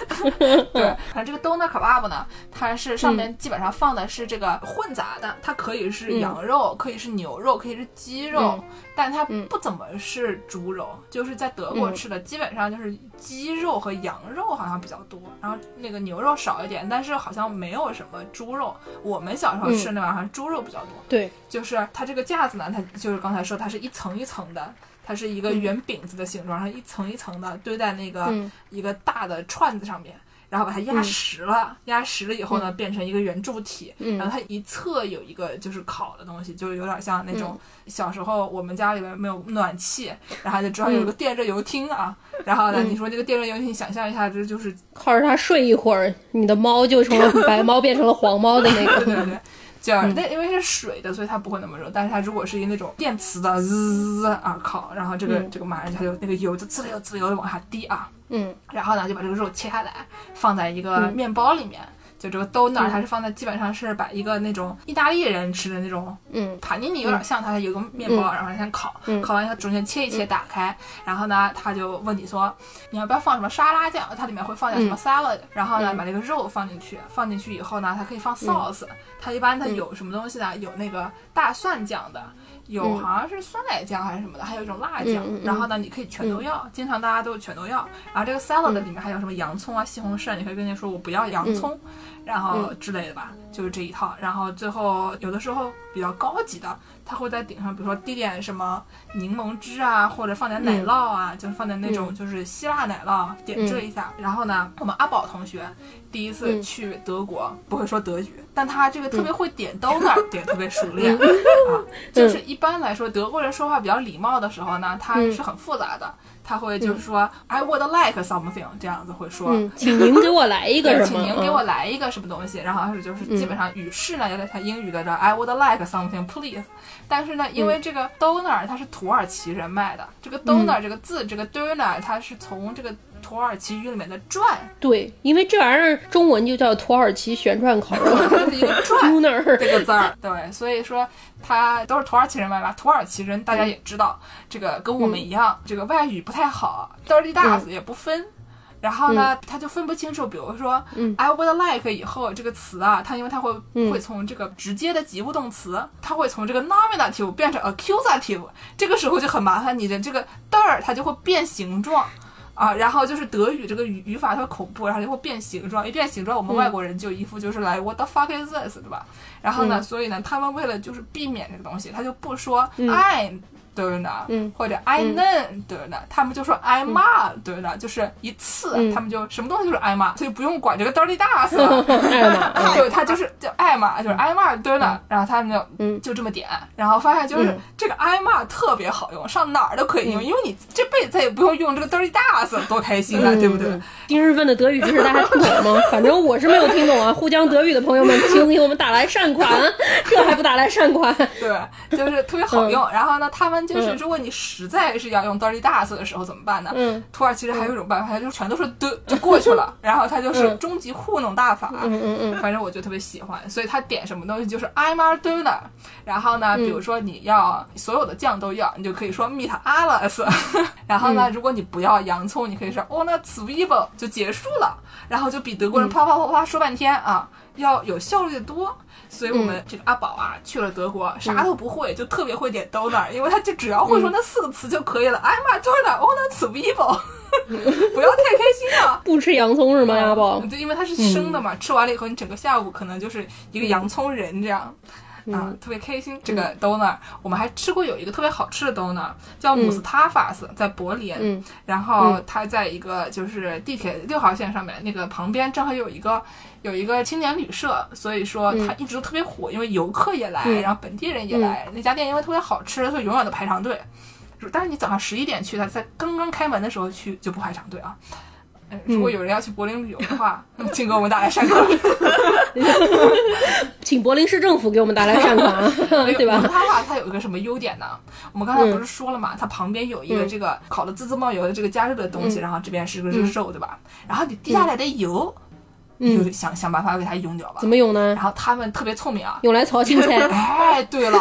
Speaker 1: [LAUGHS] 对，反正这个 donut kebab 呢，它是
Speaker 3: 嗯
Speaker 1: 上面基本上放的是这个混杂的，它可以是羊肉，可以是牛肉，可以是鸡肉，
Speaker 3: 嗯
Speaker 1: 但它不怎么是猪肉，就是在德国
Speaker 3: 嗯
Speaker 1: 吃的基本上就是鸡肉和羊肉好像比较多，然后那个牛肉少一点，但是好像没有什么猪肉。我们小
Speaker 3: 嗯
Speaker 1: 时候吃那玩意儿，猪肉比较多。
Speaker 3: 对，
Speaker 1: 就是它这个架子呢，它就是刚才说它是一层一层的，它是一个圆饼子的形状，然后一层一层的堆在那个、
Speaker 3: 嗯
Speaker 1: 一个大的串子上面，然后把它压实了，压实了以后呢，变成一个圆柱体，
Speaker 3: 嗯
Speaker 1: 然后它一侧有一个就是烤的东西，就是有点像那种
Speaker 3: 嗯
Speaker 1: 小时候我们家里边没有暖气，然后就知道有个电热油汀啊，然后呢，
Speaker 3: 嗯
Speaker 1: 你说这个电热油汀，想象一下，这就是
Speaker 3: 靠着它睡一会儿，你的猫就从了 [LAUGHS] 白猫变成了黄猫的那 [LAUGHS] 个。
Speaker 1: [LAUGHS] 对对对，就是那因为是水的，所以它不会那么热。但是它如果是一那种电磁的，滋啊烤，然后这个、
Speaker 3: 嗯
Speaker 1: 这个马上它就那个油就滋溜滋溜的往下滴啊，
Speaker 3: 嗯
Speaker 1: 然后呢就把这个肉切下来，放在一个面包里面。就这个 donut，它是放在基本上是把一个那种意大利人吃的那种
Speaker 3: 嗯
Speaker 1: 帕尼尼有点像，它有个面包，然后先烤，
Speaker 3: 嗯
Speaker 1: 烤完以后中间切一切，打开，然后呢，他就问你说你要不要放什么沙拉酱？它里面会放点什么 salad，、然后呢，
Speaker 3: 嗯
Speaker 1: 把这个肉放进去，放进去以后呢，它可以放 sauce，、它一般
Speaker 3: 嗯
Speaker 1: 它有什么东西呢？有那个大蒜酱的。有
Speaker 3: 嗯
Speaker 1: 好像是酸奶酱还是什么的，还有一种辣酱，
Speaker 3: 嗯嗯嗯嗯
Speaker 1: 然后呢，你可以全都要，经常大家都全都要。然后这个 salad 里面还有什么洋葱啊、西红柿啊，你可以跟人说我不要洋葱，
Speaker 3: 嗯
Speaker 1: 然后之类的吧，就是这一套。然后最后有的时候比较高级的，它会在顶上，比如说滴点什么柠檬汁啊，或者放点
Speaker 3: 嗯
Speaker 1: 奶酪啊，就是放点那种就是希腊奶酪，点
Speaker 3: 嗯
Speaker 1: 缀一下。然后呢，我们阿宝同学第一次去德国，不会说德语，但他这个
Speaker 3: 嗯
Speaker 1: 特别会点刀
Speaker 3: [LAUGHS]
Speaker 1: 子，点特别熟练啊。就是一般来说，德国人说话比较礼貌的时候呢，他是很复杂的。他会就是说、i would like something 这样子会说，
Speaker 3: 嗯，请您给我来一个
Speaker 1: 对，
Speaker 3: 什
Speaker 1: 请
Speaker 3: 么？嗯
Speaker 1: 您给我来一个什么东西。然后他是就是基本上语式呢，有点像英语的这 I would like something please。但是呢，因为这个 donor 它是土耳其人卖的，这个 donor 这个字，这个 donor 它是从这个土耳其语里面的转，
Speaker 3: 对，因为这玩意儿中文就叫土耳其旋转烤肉
Speaker 1: 它是一个转
Speaker 3: t u n e r
Speaker 1: 这个字儿。对，所以说它都是土耳其人卖吧？土耳其人大家也知道，这个跟我们一样，这个外语不太好，dirty d a s 也不分。然后呢，他就分不清楚，比如说、i would like” 以后这个词啊，它因为它会、会从这个直接的及物动词，它会从这个 nominative 变成 accusative，这个时候就很麻烦，你的这个 der 它就会变形状。啊，然后就是德语这个语语法特别恐怖，然后就会变形状，一变形状，我们外国人就一副就是来、what the fuck is this，对吧？然后呢，所以呢，他们为了就是避免这个东西，他就不说 I'm donor，、或者 I know donor，他们就说 I'm a donor，就是一次，他们就什么东西就是 I'm a，所以不用管这个 dirty d a s 了。
Speaker 3: 爱玛，嗯
Speaker 1: 对他就是就艾玛，就是艾玛对了，然后他们就、就这么点，然后发现就是、这个艾玛特别好用，上哪儿都可以用，因为你这辈子再也不用用这个 dirty das，多开心啊，对不对？
Speaker 3: 今日份的德语知识大家听懂了吗？反正我是没有听懂啊。沪江德语的朋友们，请给我们打来善款， [LAUGHS] 这还不打来善款？
Speaker 1: 对，就是特别好
Speaker 3: 嗯
Speaker 1: 用。然后呢，他们就是如果你实在是要用 dirty das 的时候怎么办呢？
Speaker 3: 嗯
Speaker 1: 土耳其人还有一种办法，他就全都是的
Speaker 3: [LAUGHS]
Speaker 1: 就过去了，然后他就是终极糊弄大法。
Speaker 3: 嗯嗯嗯，
Speaker 1: 反正我就特别喜欢，所以他点什么东西就是 I'm a donor。然后
Speaker 3: 嗯
Speaker 1: 呢，比如说你要所有的酱都要，你就可以说 meat alles。然后
Speaker 3: 嗯
Speaker 1: 呢，如果你不要洋葱，你可以说哦 o n a zwiebel 就结束了。然后就比德国人
Speaker 3: 嗯
Speaker 1: 啪啪啪啪说半天啊，要有效率的多。所以我
Speaker 3: 嗯
Speaker 1: 们这个阿宝啊，去了德国啥都不会，就特别会点 donor，因为他就只要
Speaker 3: 嗯
Speaker 1: 会说那四个词就可以了。I'm a 哦 donor, o n a
Speaker 3: [LAUGHS]
Speaker 1: zwiebel。不要太开心了。
Speaker 3: 不吃洋葱是吗，阿宝？嗯
Speaker 1: 对，因为它是生的嘛，吃完了以后，你整个下午可能就是一个洋葱人这样。
Speaker 3: 嗯
Speaker 1: 啊，特别开心。这个 donut，、我们还吃过有一个特别好吃的 donut，叫姆斯塔法斯，在柏林。
Speaker 3: 嗯
Speaker 1: 然后它在一个就是地铁六号线上面，那个旁边正好有一个有一个青年旅社，所以说它一直都特别火，因为游客也来，
Speaker 3: 嗯
Speaker 1: 然后本地人也来。那家店因为特别好吃，所以永远都排长队。但是你早上十一点去，它在刚刚开门的时候去就不排长队啊。呃
Speaker 3: 嗯
Speaker 1: 如果有人要去柏林旅游的
Speaker 3: [LAUGHS]
Speaker 1: 话，那么请给我们打来上课，
Speaker 3: 请柏林市政府给我们打来善款
Speaker 1: [LAUGHS]
Speaker 3: 啊，对吧？嗯
Speaker 1: 它吧，它有一个什么优点呢？我们刚才不是说了嘛，它旁边有一个这个烤的滋滋冒油的这个加热的东
Speaker 3: 嗯
Speaker 1: 西，然后这边是个是肉，对吧？然后你滴下来的油，你就得想想办法给它用掉吧
Speaker 3: 嗯怎。么用呢？
Speaker 1: 然后他们特别聪明
Speaker 3: [LAUGHS]
Speaker 1: 啊。
Speaker 3: 用来炒青
Speaker 1: [LAUGHS]
Speaker 3: 菜。
Speaker 1: 哎，对
Speaker 3: [LAUGHS]
Speaker 1: 了，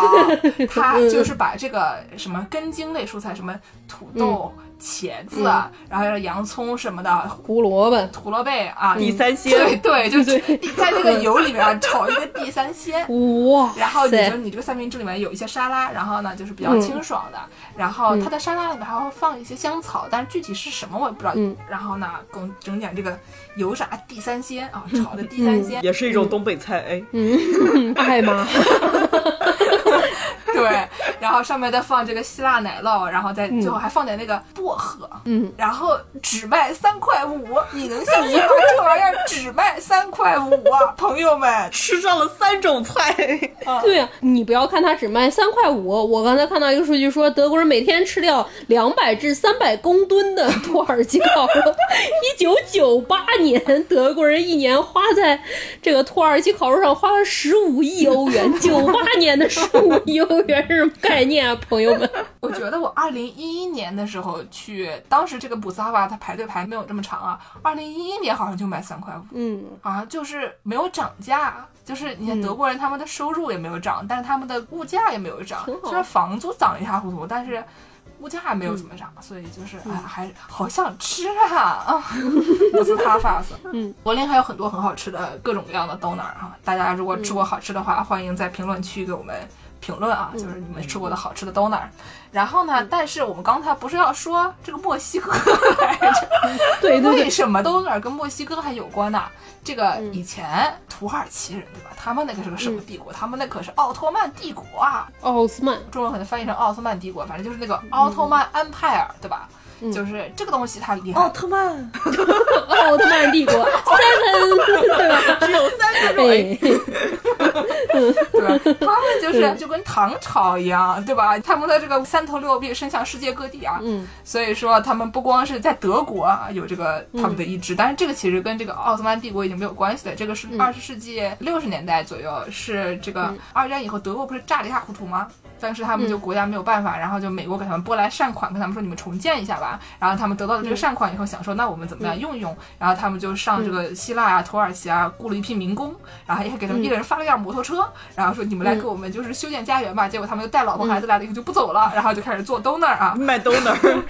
Speaker 1: 他
Speaker 3: 嗯
Speaker 1: 就是把这个什么根茎类蔬菜，什么土豆、
Speaker 3: 嗯
Speaker 1: 茄子，然后洋葱什么的，
Speaker 3: 胡萝卜、
Speaker 1: 胡萝卜啊，
Speaker 2: 第三鲜
Speaker 1: 对对，
Speaker 3: [LAUGHS]
Speaker 1: 就是在这个油里面炒一个地三鲜。
Speaker 3: 哇
Speaker 1: 然后你
Speaker 3: 塞嗯
Speaker 1: 就你这个三明治里面有一些沙拉，然后呢就是比较清爽的，然后它的沙拉里面还会放一些香草，但是具体是什么我也不知道。
Speaker 3: 嗯
Speaker 1: 然后呢，给我整点这个油炸地三鲜啊，炒的地三鲜，
Speaker 2: 也是一种东北菜。哎，
Speaker 3: 嗯 [LAUGHS] 爱吗？
Speaker 1: 对，然后上面再放这个希腊奶酪，然后再最后还放点那个薄荷，
Speaker 3: 嗯，
Speaker 1: 然后只卖三块五，你能相信吗？这玩意儿只卖三块五啊，朋友们！
Speaker 2: 吃上了三种菜，
Speaker 3: 对啊，你不要看它只卖三块五，我刚才看到一个数据说，德国人每天吃掉两百至三百公吨的土耳其烤肉。一九九八年，德国人一年花在这个土耳其烤肉上花了十五亿欧元，九八年的十五亿欧元是什么概念啊，朋友们？
Speaker 1: 我觉得我二零一一年的时候去，当时这个补萨瓦它排队排没有这么长啊，二零一一年好像就卖三块五，
Speaker 3: 嗯，
Speaker 1: 好像啊就是没有涨价，就是你看德国人他们的收入也没有涨，但是他们的物价也没有涨
Speaker 3: 挺，好嗯
Speaker 1: 虽然房租涨一塌糊涂，但是。物价没有怎么涨，所以就是哎，还好想吃啊啊！ [LAUGHS] 不是他发色。
Speaker 3: 嗯，
Speaker 1: 柏林还有很
Speaker 3: 嗯
Speaker 1: 多很好吃的各种各样的 donut 啊，大家如果吃过好吃的话，欢迎在评论区给我们评论啊，就是
Speaker 3: 嗯
Speaker 1: 你们吃过的好吃的都哪儿。然后呢，但是我们刚才不是要说这个墨西哥 [LAUGHS] 来着？
Speaker 3: 对对嗯
Speaker 1: 为
Speaker 3: 对，
Speaker 1: 什么都哪儿跟墨西哥还有关呢？这个以前土耳其人对吧？他们那个是个什么帝国？他们那可是奥托曼帝国啊！
Speaker 3: 奥斯曼，
Speaker 1: 中文可能翻译成奥斯曼帝国，反正就是那个
Speaker 3: 嗯
Speaker 1: 奥特曼安派尔，对吧？就是这个东西它厉害。
Speaker 2: 奥哦特曼
Speaker 3: 奥特曼帝国 [LAUGHS] Seven，对吧？
Speaker 2: 只有三个种
Speaker 3: 哎
Speaker 2: 类，，
Speaker 1: 对吧？
Speaker 3: 哦
Speaker 1: 他们就是就跟唐朝一样，对吧？他们的这个三头六臂伸向世界各地啊，
Speaker 3: 嗯，
Speaker 1: 所以说他们不光是在德国啊有这个他们的意志，但是这个其实跟这个奥斯曼帝国已经没有关系了。这个是二十世纪六十年代左右，是这个二战以后德国不是炸得一塌糊涂吗？但是他们就国家没有办法，然后就美国给他们拨来善款，跟他们说你们重建一下吧。然后他们得到了这个善款以后，想说那我们怎么样用一用？然后他们就上这个希腊啊、土耳其啊雇了一批民工，然后也给他们一人发了辆摩托车，然后说你们来给我们就是修建家园吧。结果他们就带老婆孩子来了以后就不走了，然后就开始做 donor 啊，
Speaker 2: 哎麦兜那儿，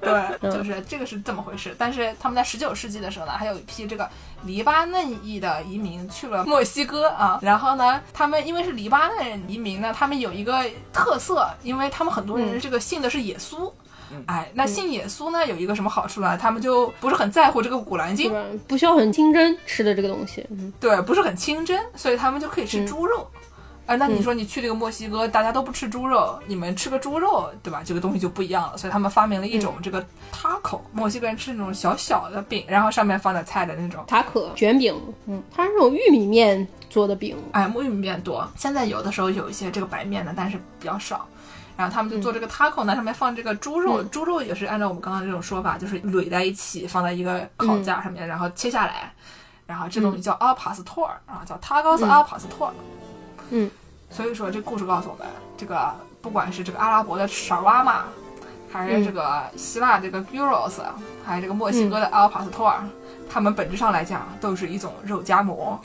Speaker 1: [LAUGHS] 对，就是这个是这么回事。但是他们在十九世纪的时候呢，还有一批这个黎巴嫩裔的移民去了墨西哥啊。然后呢，他们因为是黎巴嫩移民呢，他们有一个特色，因为他们很多人这个信的是耶稣。哎，那信耶稣呢有一个什么好处呢？他们就不是很在乎这个古兰
Speaker 3: 对
Speaker 1: 经，
Speaker 3: 吧？哎不需要很清真吃的这个东西，嗯
Speaker 1: 对，不是很清真，所以他们就可以吃猪肉。哎，那你说你去这个墨西哥，大家都不吃猪肉，你们吃个猪肉，对吧？这个东西就不一样了。所以他们发明了一种这个 taco，、墨西哥人吃那种小小的饼，然后上面放点菜的那种。
Speaker 3: 塔可卷饼，嗯，它是那种玉米面做的饼，
Speaker 1: 哎，木玉米面多，现在有的时候有一些这个白面的，但是比较少。然后他们就做这个 taco 呢，上面放这个猪肉，猪肉也是按照我们刚刚这种说法，就是垒在一起放在一个烤架上面，然后切下来，然后这东西叫 al pastor，啊，叫 tacos al pastor。
Speaker 3: 嗯，
Speaker 1: 所以说这故事告诉我们，这个不管是这个阿拉伯的沙瓦玛，还是这个希腊这个 gyros，、还是这个墨西哥的 al pastor，、他们本质上来讲都是一种肉夹馍。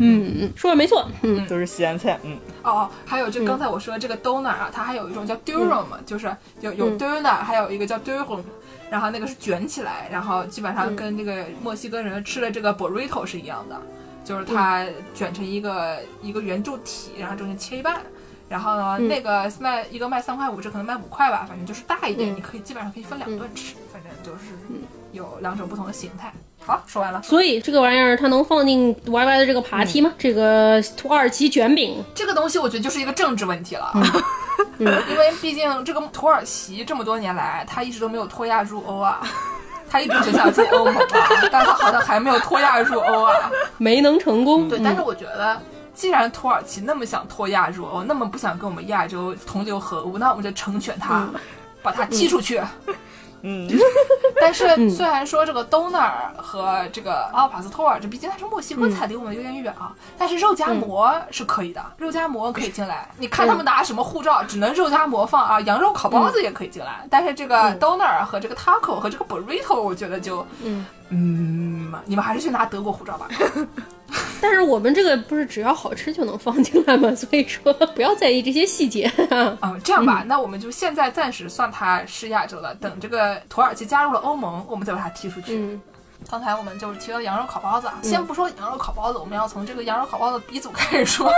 Speaker 3: 嗯，说的没错，嗯，
Speaker 2: 就是西安菜，嗯，
Speaker 1: 哦，还有这刚才我说的这个 donor 啊，它还有一种叫 durum，、就是有有
Speaker 3: 嗯
Speaker 1: donor，、还有一个叫 durum，然后那个是卷起来，然后基本上跟这个墨西哥人吃的这个 burrito 是一样的，就是
Speaker 3: 嗯
Speaker 1: 它卷成一个、一个圆柱体，然后中间切一半。然后呢，
Speaker 3: 嗯
Speaker 1: 那个卖一个卖三块五，这可能卖五块吧，反正就是大一点，
Speaker 3: 嗯
Speaker 1: 你可以基本上可以分两顿吃，反正就是有两种不同的形态。好，说完了。
Speaker 3: 所以这个玩意儿它能放进 YY 的这个爬梯吗？这个土耳其卷饼，
Speaker 1: 这个东西我觉得就是一个政治问题了， [LAUGHS] 因为毕竟这个土耳其这么多年来，他一直都没有脱亚入欧啊，他一直只想入欧盟啊，但他好像还没有脱亚入欧啊。
Speaker 3: 没能成功，
Speaker 1: 对，但是我觉得。既然土耳其那么想脱亚入欧，那么不想跟我们亚洲同流合污，那我们就成全他，把他踢出去。
Speaker 2: 嗯，
Speaker 1: [LAUGHS] 但是虽然说这个 donor 和这个阿帕斯托尔，这毕竟它是墨西哥菜，离我们有点远啊。但是肉夹馍是可以的，肉夹馍可以进来。你看他们拿什么护照，只能肉夹馍放啊，羊肉烤包子也可以进来。但是这个 donor 和这个 taco 和这个 burrito，我觉得就
Speaker 3: 嗯
Speaker 1: 嗯，你们还是去拿德国护照吧。
Speaker 3: 但是我们这个不是只要好吃就能放进来吗？所 [LAUGHS] 以说不要在意这些细节啊。
Speaker 1: 嗯，这样吧，那我们就现在暂时算它是亚洲了。等这个土耳其加入了欧盟，我们再把它踢出去。
Speaker 3: 嗯，
Speaker 1: 刚才我们就是提到羊肉烤包子啊，先不说羊肉烤包子，我们要从这个羊肉烤包子鼻祖开始说。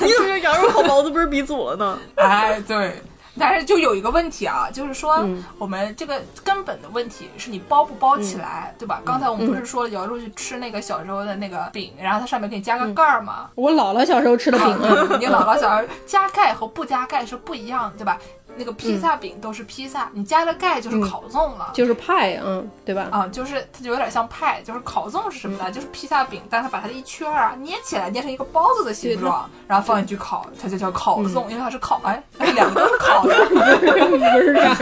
Speaker 2: 你怎么这羊肉烤包子不是鼻祖了 [LAUGHS] 呢？
Speaker 1: [LAUGHS] 哎，对。但是就有一个问题啊，就是说我们这个根本的问题是你包不包起来，对吧？刚才我们不是说有时候去吃那个小时候的那个饼，然后它上面给你加个盖儿嘛，
Speaker 3: 我姥姥小时候吃的饼啊，
Speaker 1: 你姥姥小时候加盖和不加盖是不一样，对吧？那个披萨饼都是披萨，你加了盖就是烤粽了。
Speaker 3: 就是派啊，对吧？
Speaker 1: 啊，就是它就有点像派，就是烤粽是什么呢？就是披萨饼，但是它把它一圈儿啊捏起来，捏成一个包子的形状，然后放进去烤，它就叫烤粽，因为它是烤，哎，哎两个都是烤的。 [LAUGHS]
Speaker 3: [LAUGHS] 不是啊，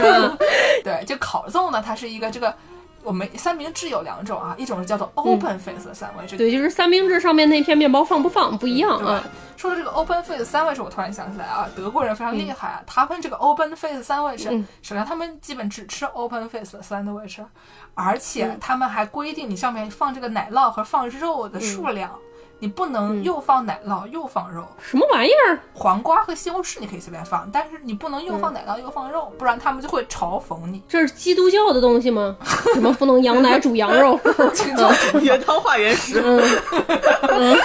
Speaker 1: 对，这烤粽呢，它是一个这个我们三明治有两种啊，一种是叫做 open face sandwich，、
Speaker 3: 对，就是三明治上面那片面包放不放不一样
Speaker 1: 对吧
Speaker 3: 啊。？
Speaker 1: 说到这个 open face sandwich，我突然想起来啊，德国人非常厉害啊，他们这个 open face sandwich，、
Speaker 3: 嗯
Speaker 1: 首先他们基本只吃 open face 的 sandwich，而且他们还规定你上面放这个奶酪和放肉的数量。你不能又放奶酪、又放肉，
Speaker 3: 什么玩意儿？
Speaker 1: 黄瓜和西红柿你可以随便放，但是你不能又放奶酪又放肉，不然他们就会嘲讽你。
Speaker 3: 这是基督教的东西吗？
Speaker 1: [LAUGHS]
Speaker 3: 怎么不能羊奶煮羊肉？
Speaker 2: [LAUGHS]
Speaker 1: 这个就是
Speaker 2: 原汤化原食，
Speaker 3: 嗯，
Speaker 1: [LAUGHS]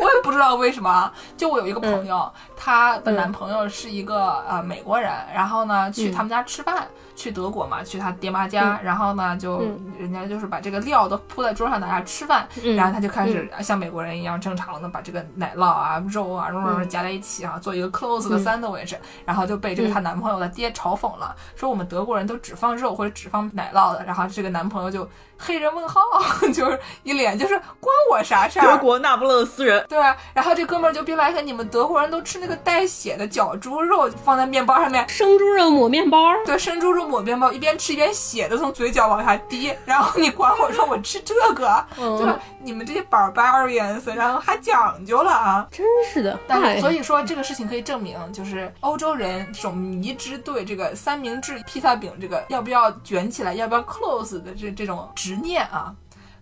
Speaker 1: 我也不知道为什么。啊就我有一个
Speaker 2: 嗯
Speaker 1: 朋友，她、的男朋友是一个呃美国人，然后呢
Speaker 2: 嗯
Speaker 1: 去他们家吃饭，去德国嘛，去他爹妈家，然后呢就、
Speaker 2: 嗯
Speaker 1: 人家就是把这个料都铺在桌上，大家吃饭，
Speaker 3: 嗯
Speaker 1: 然后他就开始
Speaker 2: 嗯
Speaker 1: 像美国人一样正常的把这个奶酪啊、肉啊、肉
Speaker 2: 嗯
Speaker 1: 肉夹在一起啊，做一个 close 的 sandwich，、然后就被
Speaker 2: 嗯
Speaker 1: 这个她男朋友的爹嘲讽了，说我们德国人都只放肉或者只放奶酪的，然后这个男朋友就黑人问号， [LAUGHS] 就是一脸就是关我啥事儿，
Speaker 2: 德国那不勒斯人，
Speaker 1: 对，啊然后这哥们儿就逼来说，你们德国人都吃那个带血的绞猪肉，放在面包上面，
Speaker 3: 生猪肉抹面包，
Speaker 1: 对，生猪肉抹面包，一边吃一边血的从嘴角往下滴，然后你管我说我吃这个，对吧
Speaker 3: 嗯，？
Speaker 1: 你们这些 barbarians，然后还讲究了啊！
Speaker 3: 真是的，
Speaker 1: 但
Speaker 3: 哎
Speaker 1: 是，所以说这个事情可以证明，就是欧洲人这种迷之对这个三明治、披萨饼这个要不要卷起来、要不要 close 的这这种执念啊。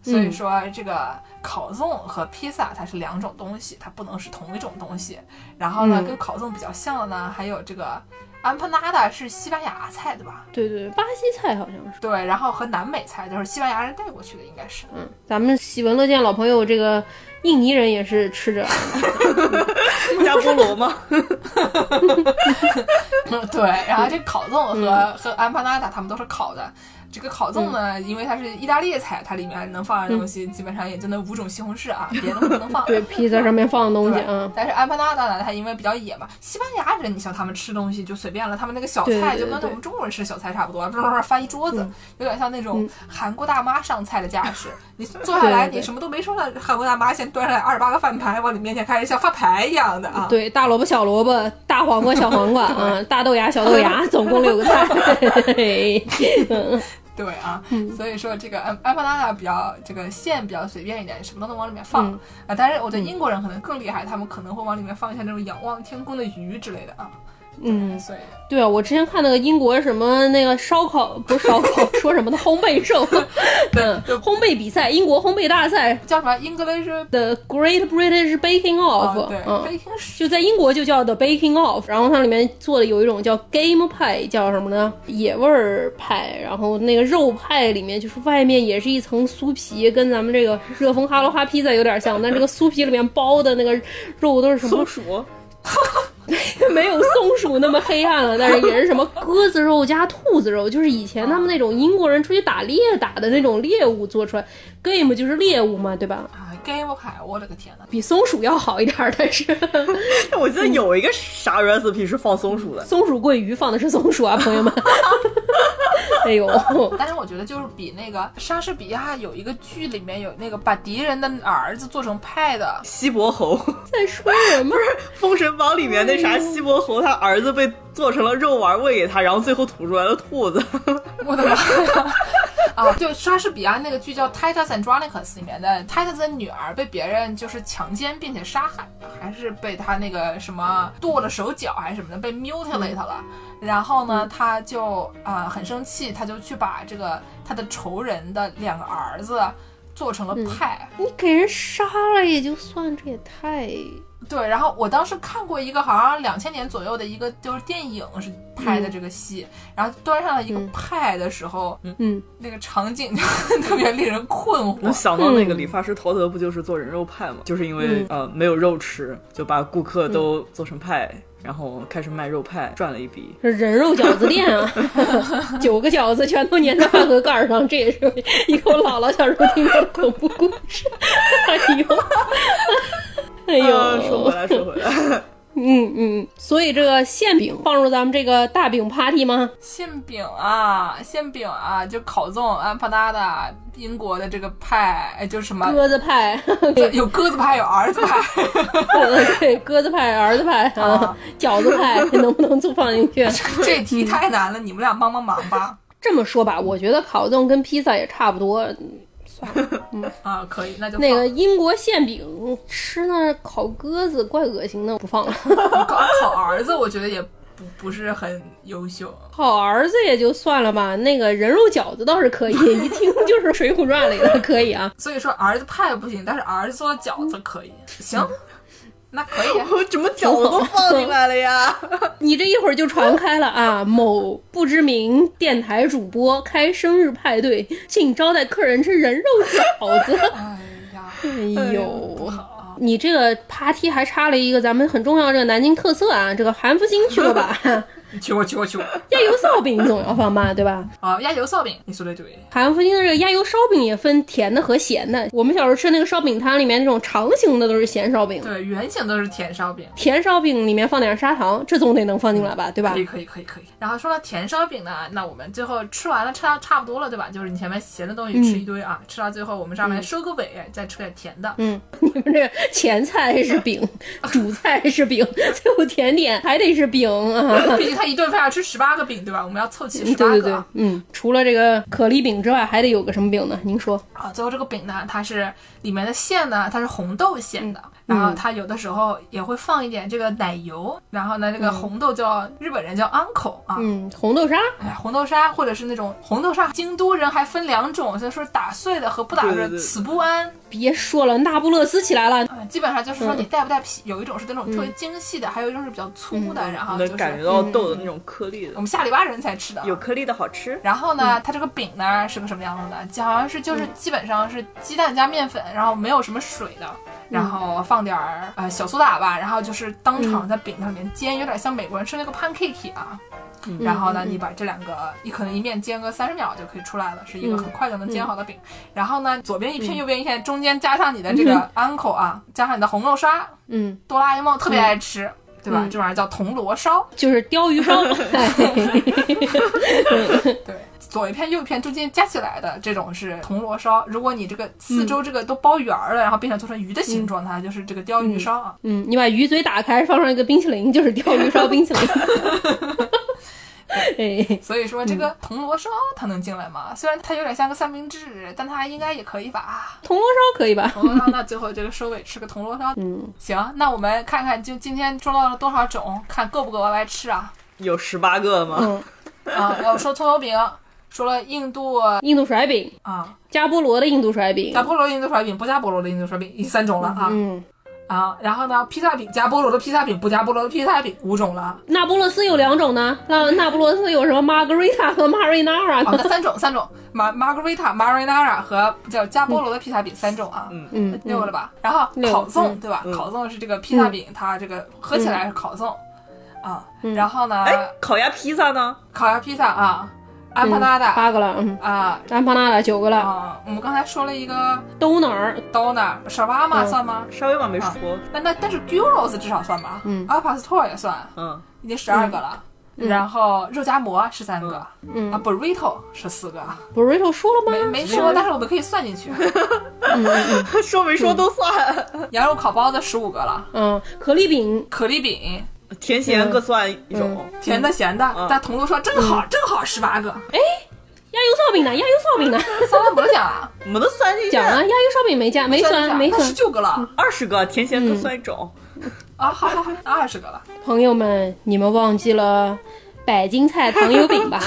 Speaker 1: 所以说这个烤粽和披萨它是两种东西，它不能是同一种东西。然后呢，
Speaker 3: 嗯
Speaker 1: 跟烤粽比较像的呢，还有这个 empanada 是西班牙菜对吧？
Speaker 3: 对对，对巴西菜好像是。
Speaker 1: 对，然后和南美菜就是西班牙人带过去的，应该是。
Speaker 3: 嗯，咱们喜闻乐见老朋友这个印尼人也是
Speaker 1: [LAUGHS]
Speaker 3: 吃着，
Speaker 2: 加菠萝吗？
Speaker 1: [LAUGHS] 对，然后这烤粽和、
Speaker 3: 嗯
Speaker 1: 和安帕纳达他们都是烤的。这个烤粽呢，因为它是意大利菜，它里面能放的东西基本上也就那五种西红柿啊， [LAUGHS] 别的不能放。
Speaker 3: 嗯对，披萨上面放的东西
Speaker 1: 对
Speaker 3: 啊，
Speaker 1: 但是安帕纳达呢，它因为比较野嘛，西班牙人你像他们吃东西就随便了，他们那个小
Speaker 3: 对
Speaker 1: 菜
Speaker 3: 对
Speaker 1: 就跟
Speaker 3: 对嗯
Speaker 1: 我们中国人吃的小菜差不多，不是翻一桌子，有点像那种韩国大妈上菜的架
Speaker 3: [LAUGHS]
Speaker 1: 势。你坐下
Speaker 3: 对
Speaker 1: 来，
Speaker 3: 对对
Speaker 1: 你什么都没说了，韩国大妈先端上来二十八个饭牌往你面前开始像发牌一样的啊。
Speaker 3: 对，大萝卜小萝卜，大黄
Speaker 1: [LAUGHS]
Speaker 3: 瓜小黄瓜啊，大豆芽小豆芽，总共六个菜。嘿嗯
Speaker 1: 对啊，所以说这个安安巴拉达比较这个馅比较随便一点，什么都能往里面放、
Speaker 3: 嗯
Speaker 1: 啊。但是我觉得英国人可能更厉害，他们可能会往里面放一些那种仰望天空的鱼之类的啊。
Speaker 3: [LAUGHS] 嗯，
Speaker 1: 所以
Speaker 3: 对啊，我之前看那个英国什么那个烧烤，不是烧烤，
Speaker 1: [LAUGHS]
Speaker 3: 说什么的烘焙show，嗯，烘焙比赛，英国烘焙大赛
Speaker 1: 叫什么 English
Speaker 3: The Great British Baking
Speaker 1: 啊
Speaker 3: Off，、
Speaker 1: 对
Speaker 3: 嗯，
Speaker 1: ，baking s
Speaker 3: 就在英国就叫 The Baking Off，然后它里面做的有一种叫 Game 派，叫什么呢？野味儿派，然后那个肉派里面就是外面也是一层酥皮，跟咱们这个热风哈罗哈披萨有点像，但这个酥皮里面包的那个肉都是什么
Speaker 2: 松 [LAUGHS] 鼠，
Speaker 3: [LAUGHS] 没有松鼠那么黑暗了，但是也是什么鸽子肉加兔子肉，就是以前他们那种英国人出去打猎打的那种猎物做出来，game 就是猎物嘛，对吧？
Speaker 1: 啊，game 牌，我的个天呐！
Speaker 3: 比松鼠要好一点儿，但是
Speaker 2: 哎我记得有一个啥 recipe 是放松鼠的，
Speaker 3: 松鼠桂鱼放的是松鼠啊，朋友 [LAUGHS] 们。哎呦，
Speaker 1: 但是我觉得就是比那个莎士比亚有一个剧里面有那个把敌人的儿子做成派的，
Speaker 2: 西伯侯。
Speaker 3: 在说什么？
Speaker 2: 《封神榜》里面那
Speaker 3: 哎
Speaker 2: 啥西伯侯，他儿子被做成了肉丸喂给他，然后最后吐出来了兔子。 [LAUGHS]
Speaker 1: 我的妈呀！啊，就莎士比亚那个剧叫《Titus Andronicus》里面的 Titus 的女儿被别人就是强奸并且杀害，还是被他那个什么剁了手脚还是什么的，被 mutilate 了。然后呢，他就啊、很生气，他就去把这个他的仇人的两个儿子做成了派，
Speaker 3: 你给人杀了也就算，这也太……
Speaker 1: 对，然后我当时看过一个好像两千年左右的一个就是电影是拍的这个戏，然后端上了一个
Speaker 3: 嗯
Speaker 1: 派的时候，
Speaker 3: 嗯，
Speaker 1: 那个场景就 [LAUGHS] 特别令人困
Speaker 2: 我
Speaker 1: 惑。
Speaker 2: 想到那个理发师陶德不就是做人肉派
Speaker 3: 嗯
Speaker 2: 吗？就是因为、呃没有肉吃，就把顾客都做成派，然后开始卖肉派，赚了一笔。
Speaker 3: 这人肉饺子店啊， [LAUGHS] 九个饺子全都粘在饭盒盖上，这也是一个我姥姥小时候听过的恐怖故事。哎 [LAUGHS] 呦，哎呦，
Speaker 2: 呃说回来，说回
Speaker 3: [LAUGHS]
Speaker 2: 来，
Speaker 3: 嗯嗯，所以这个馅饼放入咱们这个大饼 party 吗？
Speaker 1: 馅饼啊，馅饼啊，就烤粽、安帕达达，英国的这个派，哎，就是什么
Speaker 3: 鸽子 [LAUGHS] 派，
Speaker 1: 有鸽子派，有儿子派，
Speaker 3: [LAUGHS] 对，鸽子派、儿子派啊
Speaker 1: 啊，
Speaker 3: 饺子 [LAUGHS] 派，能不能都放进去？
Speaker 1: 这题太难了，你们俩帮帮忙吧。
Speaker 3: 这么说吧，我觉得烤粽跟披萨也差不多。
Speaker 1: 嗯啊，可以，那就
Speaker 3: 那
Speaker 1: 放
Speaker 3: 个英国馅饼吃那烤鸽子怪恶心的，不放了。 [LAUGHS]
Speaker 1: 烤烤儿子，我觉得也不不是很优秀。
Speaker 3: 烤儿子也就算了吧，那个人肉饺子倒是可以，一听就是《水浒传》里的，可以啊。
Speaker 1: 所以说儿子派不行，但是儿子做的饺子可以。
Speaker 3: 嗯
Speaker 1: 行，那可以啊。
Speaker 3: [LAUGHS]
Speaker 2: 我怎么饺子都放进来了呀？
Speaker 3: 你这一会儿就传开了啊！某不知名电台主播开生日派对，竟招待客人吃人肉饺子。
Speaker 1: [LAUGHS] 哎呀，
Speaker 3: 哎呦，
Speaker 1: 好啊
Speaker 3: 你这个爬梯还差了一个咱们很重要这个南京特色啊，这个韩福星去
Speaker 1: [LAUGHS]
Speaker 3: 过吧？
Speaker 1: 去过去过去过
Speaker 3: 鸭油烧饼总要放吧，对吧？
Speaker 1: 啊，鸭油烧饼，你说的对，
Speaker 3: 韩福星的这个鸭油烧饼也分甜的和咸的。我们小时候吃那个烧饼摊里面那种长形的都是咸烧饼，
Speaker 1: 对，圆形都是甜烧饼。
Speaker 3: 甜烧饼里面放点砂糖，这总得能放进来吧，对吧
Speaker 1: 可？以可以可以可以。然后说到甜烧饼呢，那我们最后吃完了，差差不多了，对吧？就是你前面咸的东西吃一堆啊，吃到最后我们上面收个尾，再吃点甜的。
Speaker 3: 嗯，你们这个前菜是 [LAUGHS] 饼，主菜是饼，最后甜点还得是饼
Speaker 1: [LAUGHS]
Speaker 3: 啊。
Speaker 1: 毕竟他一顿饭要吃十八个饼，对吧？我们要凑齐
Speaker 3: 嗯
Speaker 1: 十
Speaker 3: 对
Speaker 1: 八
Speaker 3: 对
Speaker 1: 个
Speaker 3: 对
Speaker 1: 啊。，
Speaker 3: 嗯，除了这个可丽饼之外，还得有个什么饼呢？您说，
Speaker 1: 啊，最后这个饼呢，它是里面的馅呢，它是红豆馅的，
Speaker 3: 嗯
Speaker 1: 然后它有的时候也会放一点这个奶油，然后呢，这个红豆叫、日本人叫 uncle 啊，
Speaker 3: 嗯，红豆沙，
Speaker 1: 哎，红豆沙或者是那种红豆沙，京都人还分两种，就是说打碎的和不打碎
Speaker 2: 对对
Speaker 1: 的，
Speaker 2: 对
Speaker 1: 此不安。
Speaker 3: 别说了，那不勒斯起来了，
Speaker 1: 啊，基本上就是说
Speaker 3: 嗯
Speaker 1: 你带不带皮，有一种是那种特别精细的，还有一种是比较粗
Speaker 3: 嗯
Speaker 1: 的，然后就
Speaker 2: 能感觉
Speaker 1: 是
Speaker 2: 到豆的那种颗粒的
Speaker 1: 我，们下里巴人才吃的啊。
Speaker 2: 有颗粒的好吃。
Speaker 1: 然后
Speaker 3: 嗯
Speaker 1: 呢，它这个饼呢是个什么样子的？好像是就是基本上是鸡蛋加面粉，然后没有什么水的，
Speaker 3: 嗯
Speaker 1: 然后放点儿呃小苏打吧，然后就是当场在饼上面煎，有点像美国人吃那个 pancake 啊。然后呢，
Speaker 3: 嗯嗯
Speaker 1: 你把这两个，你可能一面煎个三十秒就可以出来了，是一个
Speaker 3: 嗯
Speaker 1: 很快就能煎好的饼。然后呢，左边一片，右边一片，中间加上你的这个 uncle 啊，加上你的红肉沙，
Speaker 3: 嗯，
Speaker 1: 哆啦 A 梦特别爱吃，对吧？
Speaker 3: 嗯
Speaker 1: 这玩意儿叫铜锣烧。
Speaker 3: 就是鲷鱼 [LAUGHS] 烧，哎
Speaker 1: 对，左一片右一片中间夹起来的这种是铜锣烧。如果你这个
Speaker 3: 嗯
Speaker 1: 四周这个都包圆儿了，然后变成做成鱼的形状，它就是这个鲷鱼烧啊。
Speaker 3: 嗯，你把鱼嘴打开，放上一个冰淇淋，就是鲷鱼烧
Speaker 1: [LAUGHS]
Speaker 3: 冰淇淋。哎，
Speaker 1: 所以说这个铜锣烧它能进来吗？虽然它有点像个三明治，但它应该也可以
Speaker 3: [LAUGHS]
Speaker 1: 吧。
Speaker 3: 铜锣烧可以吧？
Speaker 1: 铜锣烧，那最后这个收尾吃个铜锣烧。
Speaker 3: 嗯，
Speaker 1: 行，那我们看看就今天说到了多少种，看够不够 YY 吃啊？
Speaker 2: 有十八个吗？
Speaker 3: 嗯，
Speaker 1: 啊，我说葱油饼，说了印度
Speaker 3: [LAUGHS]
Speaker 1: 啊，
Speaker 3: 印度甩饼，加菠萝的印度甩饼
Speaker 1: 加，菠萝的印度甩饼，不加菠萝的印度甩饼，已经三种了啊。
Speaker 3: 嗯，
Speaker 1: 啊，然后呢，披萨饼加菠萝的披萨饼，不加菠萝的披萨饼，五种了。
Speaker 3: 那不勒斯有两种呢，那那不勒斯有什么 margarita 和 marinara
Speaker 1: 哦，
Speaker 3: 呢？
Speaker 1: 那三种，三种，马 margarita、marinara 和叫加菠萝的披萨饼三种啊，
Speaker 2: 嗯
Speaker 3: 嗯，
Speaker 1: 六个了吧？然后
Speaker 3: 六
Speaker 1: 烤粽
Speaker 3: 嗯
Speaker 1: 对吧？
Speaker 2: 嗯
Speaker 1: 烤粽是这个披萨饼，它这个合起来是烤粽
Speaker 3: 嗯
Speaker 1: 啊。然后呢，
Speaker 2: 哎，烤鸭披萨呢？
Speaker 1: 烤鸭披萨啊，安
Speaker 3: 嗯
Speaker 1: 帕纳达
Speaker 3: 八个了，嗯，
Speaker 1: 啊
Speaker 3: 安帕纳达九个了，
Speaker 1: 啊，我们刚才说了一个
Speaker 3: 都哪儿？
Speaker 1: doner、沙瓦玛
Speaker 3: 嗯
Speaker 1: 算吗？
Speaker 2: 稍微嘛没说，
Speaker 1: 那那但是 gyros 至少算吧，
Speaker 3: 嗯
Speaker 1: 阿帕斯托也算，
Speaker 3: 啊
Speaker 2: 嗯，
Speaker 1: 已经十二个了。然后肉夹馍十三个，
Speaker 3: 嗯
Speaker 1: 啊，burrito 十四个，
Speaker 3: burrito 说了
Speaker 1: 没
Speaker 3: 吗？
Speaker 1: 没说，但是我们可以算进去。
Speaker 3: 嗯嗯
Speaker 2: [LAUGHS] 说没说都算。 [LAUGHS]
Speaker 1: 羊肉烤包子十五个了，
Speaker 3: 嗯，可丽饼
Speaker 1: 可丽饼
Speaker 2: 甜
Speaker 3: 嗯
Speaker 2: 咸各算一种，
Speaker 1: 甜的咸的
Speaker 2: 嗯，
Speaker 1: 但同桌说正好正好十八个，哎
Speaker 3: 鸭油烧饼呢？鸭油烧
Speaker 1: [LAUGHS]
Speaker 3: 饼呢？
Speaker 1: 三万不讲啊，
Speaker 2: 我们都算进去
Speaker 3: 讲啊，鸭油烧饼没加，没
Speaker 1: 算一下
Speaker 3: 算，没
Speaker 1: 那十
Speaker 3: 算。
Speaker 1: 九个了
Speaker 2: 二十个，甜咸各算一种。
Speaker 1: 啊，好好好，那二十个了，
Speaker 3: 朋友们，你们忘记了北京菜糖油
Speaker 2: [LAUGHS]
Speaker 3: 饼吧？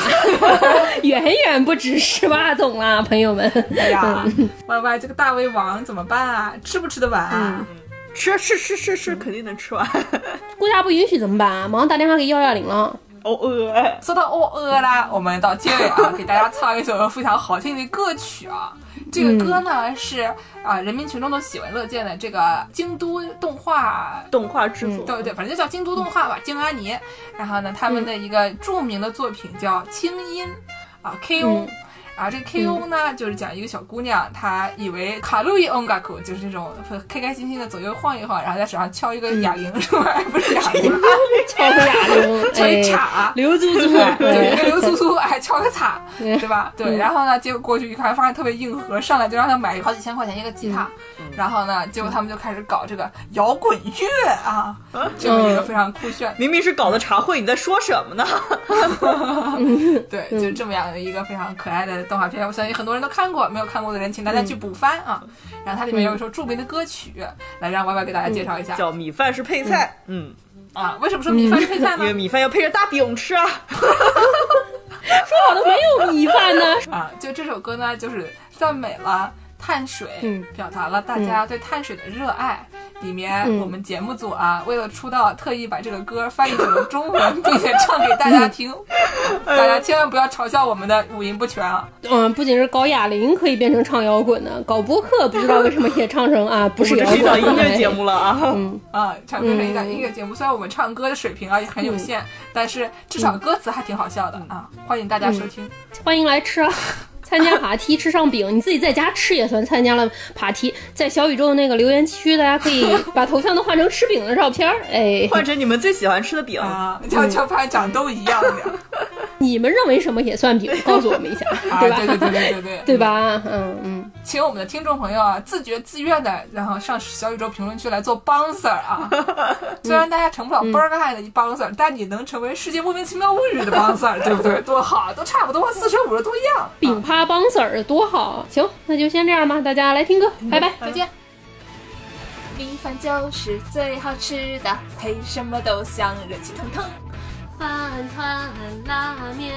Speaker 3: 远远不止十八种啦，朋友们。
Speaker 1: 哎呀，Y Y 这个大胃王怎么办啊？吃不吃得完啊？
Speaker 2: 吃吃吃吃吃，肯定能吃完。
Speaker 3: 国家不允许怎么办？马上打电话给幺幺零
Speaker 2: [LAUGHS]
Speaker 3: 了。
Speaker 2: 哦饿，
Speaker 1: 说到哦呃啦，我们到结尾啊，给大家唱一首非常好听的歌曲啊。这个歌呢是啊，人民群众都喜闻乐见的这个京都动画
Speaker 2: 动画制作，
Speaker 1: 对对，反正就叫京都动画吧，京阿尼。然后呢，他们的一个著名的作品叫《清音》，啊，K.O。然后这个 K.O 呢，就是讲一个小姑娘，她以为卡路伊 o n g a k 就是这种呃开开心心的左右晃一晃，然后在手上敲一个哑铃，是吧？不是哑
Speaker 2: 嗯
Speaker 1: 铃，
Speaker 3: 敲个哑铃，
Speaker 1: 敲一
Speaker 3: 哎，
Speaker 1: 叉。啊
Speaker 3: 刘猪猪，
Speaker 1: [LAUGHS] 就一
Speaker 3: 哎
Speaker 1: 个流苏苏，哎，敲个叉，
Speaker 3: 嗯
Speaker 1: 对吧？对，
Speaker 3: 嗯
Speaker 1: 然后呢，结果过去一看，发现特别硬核，上来就让她买好几千块钱一个吉他，然后呢，结果他们就开始搞这个摇滚乐啊，就是一个非常酷炫的
Speaker 2: [LAUGHS] 明明是搞的茶会，你在说什么呢？
Speaker 1: 对，就是这么样的一个非常可爱的动画片，我相信很多人都看过，没有看过的人请大家去补番啊。然后它里面有一首著名的歌曲，来让 Y Y 给大家介绍一下、
Speaker 2: 叫米饭是配菜，嗯，
Speaker 1: 啊。为什么说米饭是配菜
Speaker 2: 因为
Speaker 1: 呢？
Speaker 2: 米饭要配着大饼吃啊。
Speaker 3: 说好的没有米饭呢？
Speaker 1: 啊，就这首歌呢，就是赞美了碳水，
Speaker 3: 嗯
Speaker 1: 表达了大家对碳水的热爱。里面
Speaker 3: 嗯
Speaker 1: 我们节目组啊，为了出道特意把这个歌翻译成中文，并且唱给大
Speaker 3: 嗯
Speaker 1: 家听，大家千万不要嘲笑我们的五音不全啊！
Speaker 3: 嗯，不仅是搞哑铃可以变成唱摇滚的，搞播客不知道为什么也唱
Speaker 2: [LAUGHS]
Speaker 3: 成啊，不
Speaker 2: 我
Speaker 3: 是
Speaker 2: 们
Speaker 3: 摇
Speaker 2: 这是一档
Speaker 3: 滚
Speaker 2: 音乐节目了 [LAUGHS] 啊！
Speaker 1: 啊，唱歌是
Speaker 3: 嗯
Speaker 1: 一档音乐节目，虽然我们唱歌的水平啊也很有限，但是至
Speaker 3: 嗯
Speaker 1: 少歌词还挺好笑的啊！欢迎大家收听。
Speaker 3: 欢迎来吃啊！参加爬梯吃上饼，你自己在家吃也算参加了爬梯。在小宇宙那个留言区，大家可以把头像都换成吃饼的照片儿。哎，
Speaker 2: 换成你们最喜欢吃的
Speaker 3: 嗯
Speaker 2: 饼，
Speaker 1: 啊，要要不然长都一样的
Speaker 3: 你们认为什么也
Speaker 1: [LAUGHS]
Speaker 3: 算饼？告诉我们一下，
Speaker 1: 啊！对
Speaker 3: 对吧？
Speaker 1: 对对对对对
Speaker 3: 对吧？嗯嗯，
Speaker 1: 请我们的听众朋友啊，自觉自愿的，然后上小宇宙评论区来做 bouncer 啊。 [LAUGHS] 虽然大家成不了 Burn 的 bouncer，、但你能成为世界莫名其妙物语的 bouncer，对不对？多好，都差不多，四舍五入都一样。
Speaker 3: 饼趴帮 Sir 多好。行，那就先这样吧，大家来听歌，
Speaker 1: 嗯
Speaker 3: 拜拜。
Speaker 1: 再见。
Speaker 4: 米饭就是最好吃的，配什么都香，热气腾腾。饭团、拉面，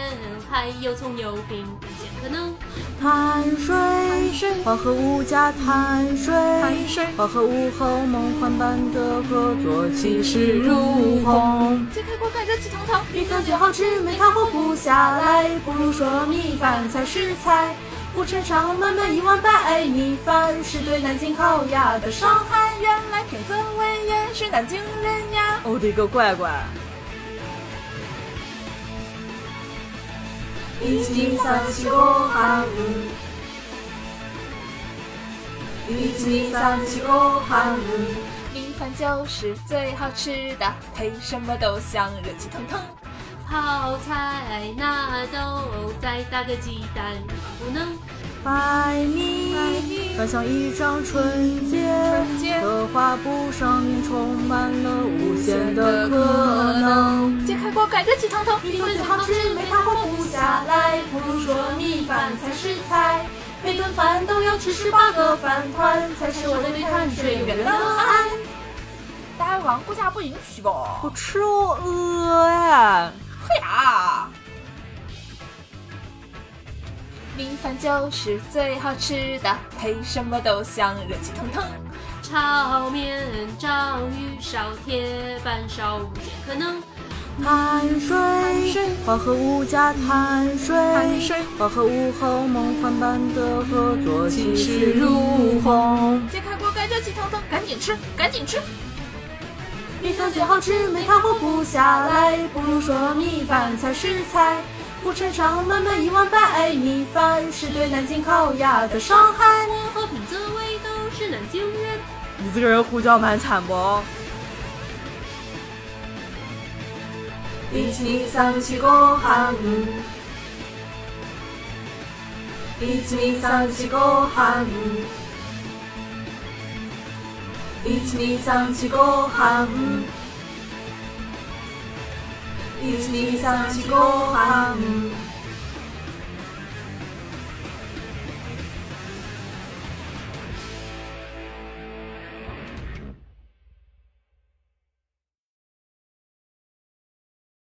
Speaker 4: 还有葱油饼，无限可能。
Speaker 5: 碳水，黄河五加碳水，黄河午后梦幻般的合作，气势如虹。
Speaker 4: 揭开锅盖，热气腾腾。
Speaker 5: 米饭最好吃，没它活不下来，不如说米饭才是菜。不称上满满一万倍，米饭是对南京烤鸭的伤害。
Speaker 4: 啊，原来品泽味也是南京人呀。
Speaker 2: 我的哦个乖乖！
Speaker 5: 一斤三七ご飯一斤三七ご飯
Speaker 4: 米饭就是最好吃的，配什么都香，热气腾腾。泡菜、纳豆，再搭个鸡蛋，不能。
Speaker 5: 百米，翻像一张纯洁，刻画布上面充满了无限的可能。
Speaker 4: 揭开锅盖，热气腾腾。
Speaker 5: 米饭最好吃，没它活不下来。不如说米饭才是菜，每顿饭都要吃十八个饭团，才是我对碳水永远的爱。
Speaker 1: 大胃王估价不允许吧？
Speaker 2: 好吃哦，饿哎！
Speaker 1: 会啊！
Speaker 4: 米饭就是最好吃的，配什么都香，热气腾腾。炒面、章鱼烧、铁板烧，无限可能。
Speaker 5: 碳水，黄河五加碳水，黄河午后梦幻般的合作，气势如虹。
Speaker 4: 揭开锅盖，热气腾腾，赶紧吃，赶紧吃。
Speaker 5: 米饭最好吃，没它活不下来。不如说米饭才是菜，不称上满满一万倍。米饭是对南京烤鸭的伤害。
Speaker 4: 我和品泽味都是南京人。
Speaker 2: 你这个人胡椒蛮惨不？
Speaker 5: 一七三七ご飯一七三七ご飯一七三七ご飯一七三七ご飯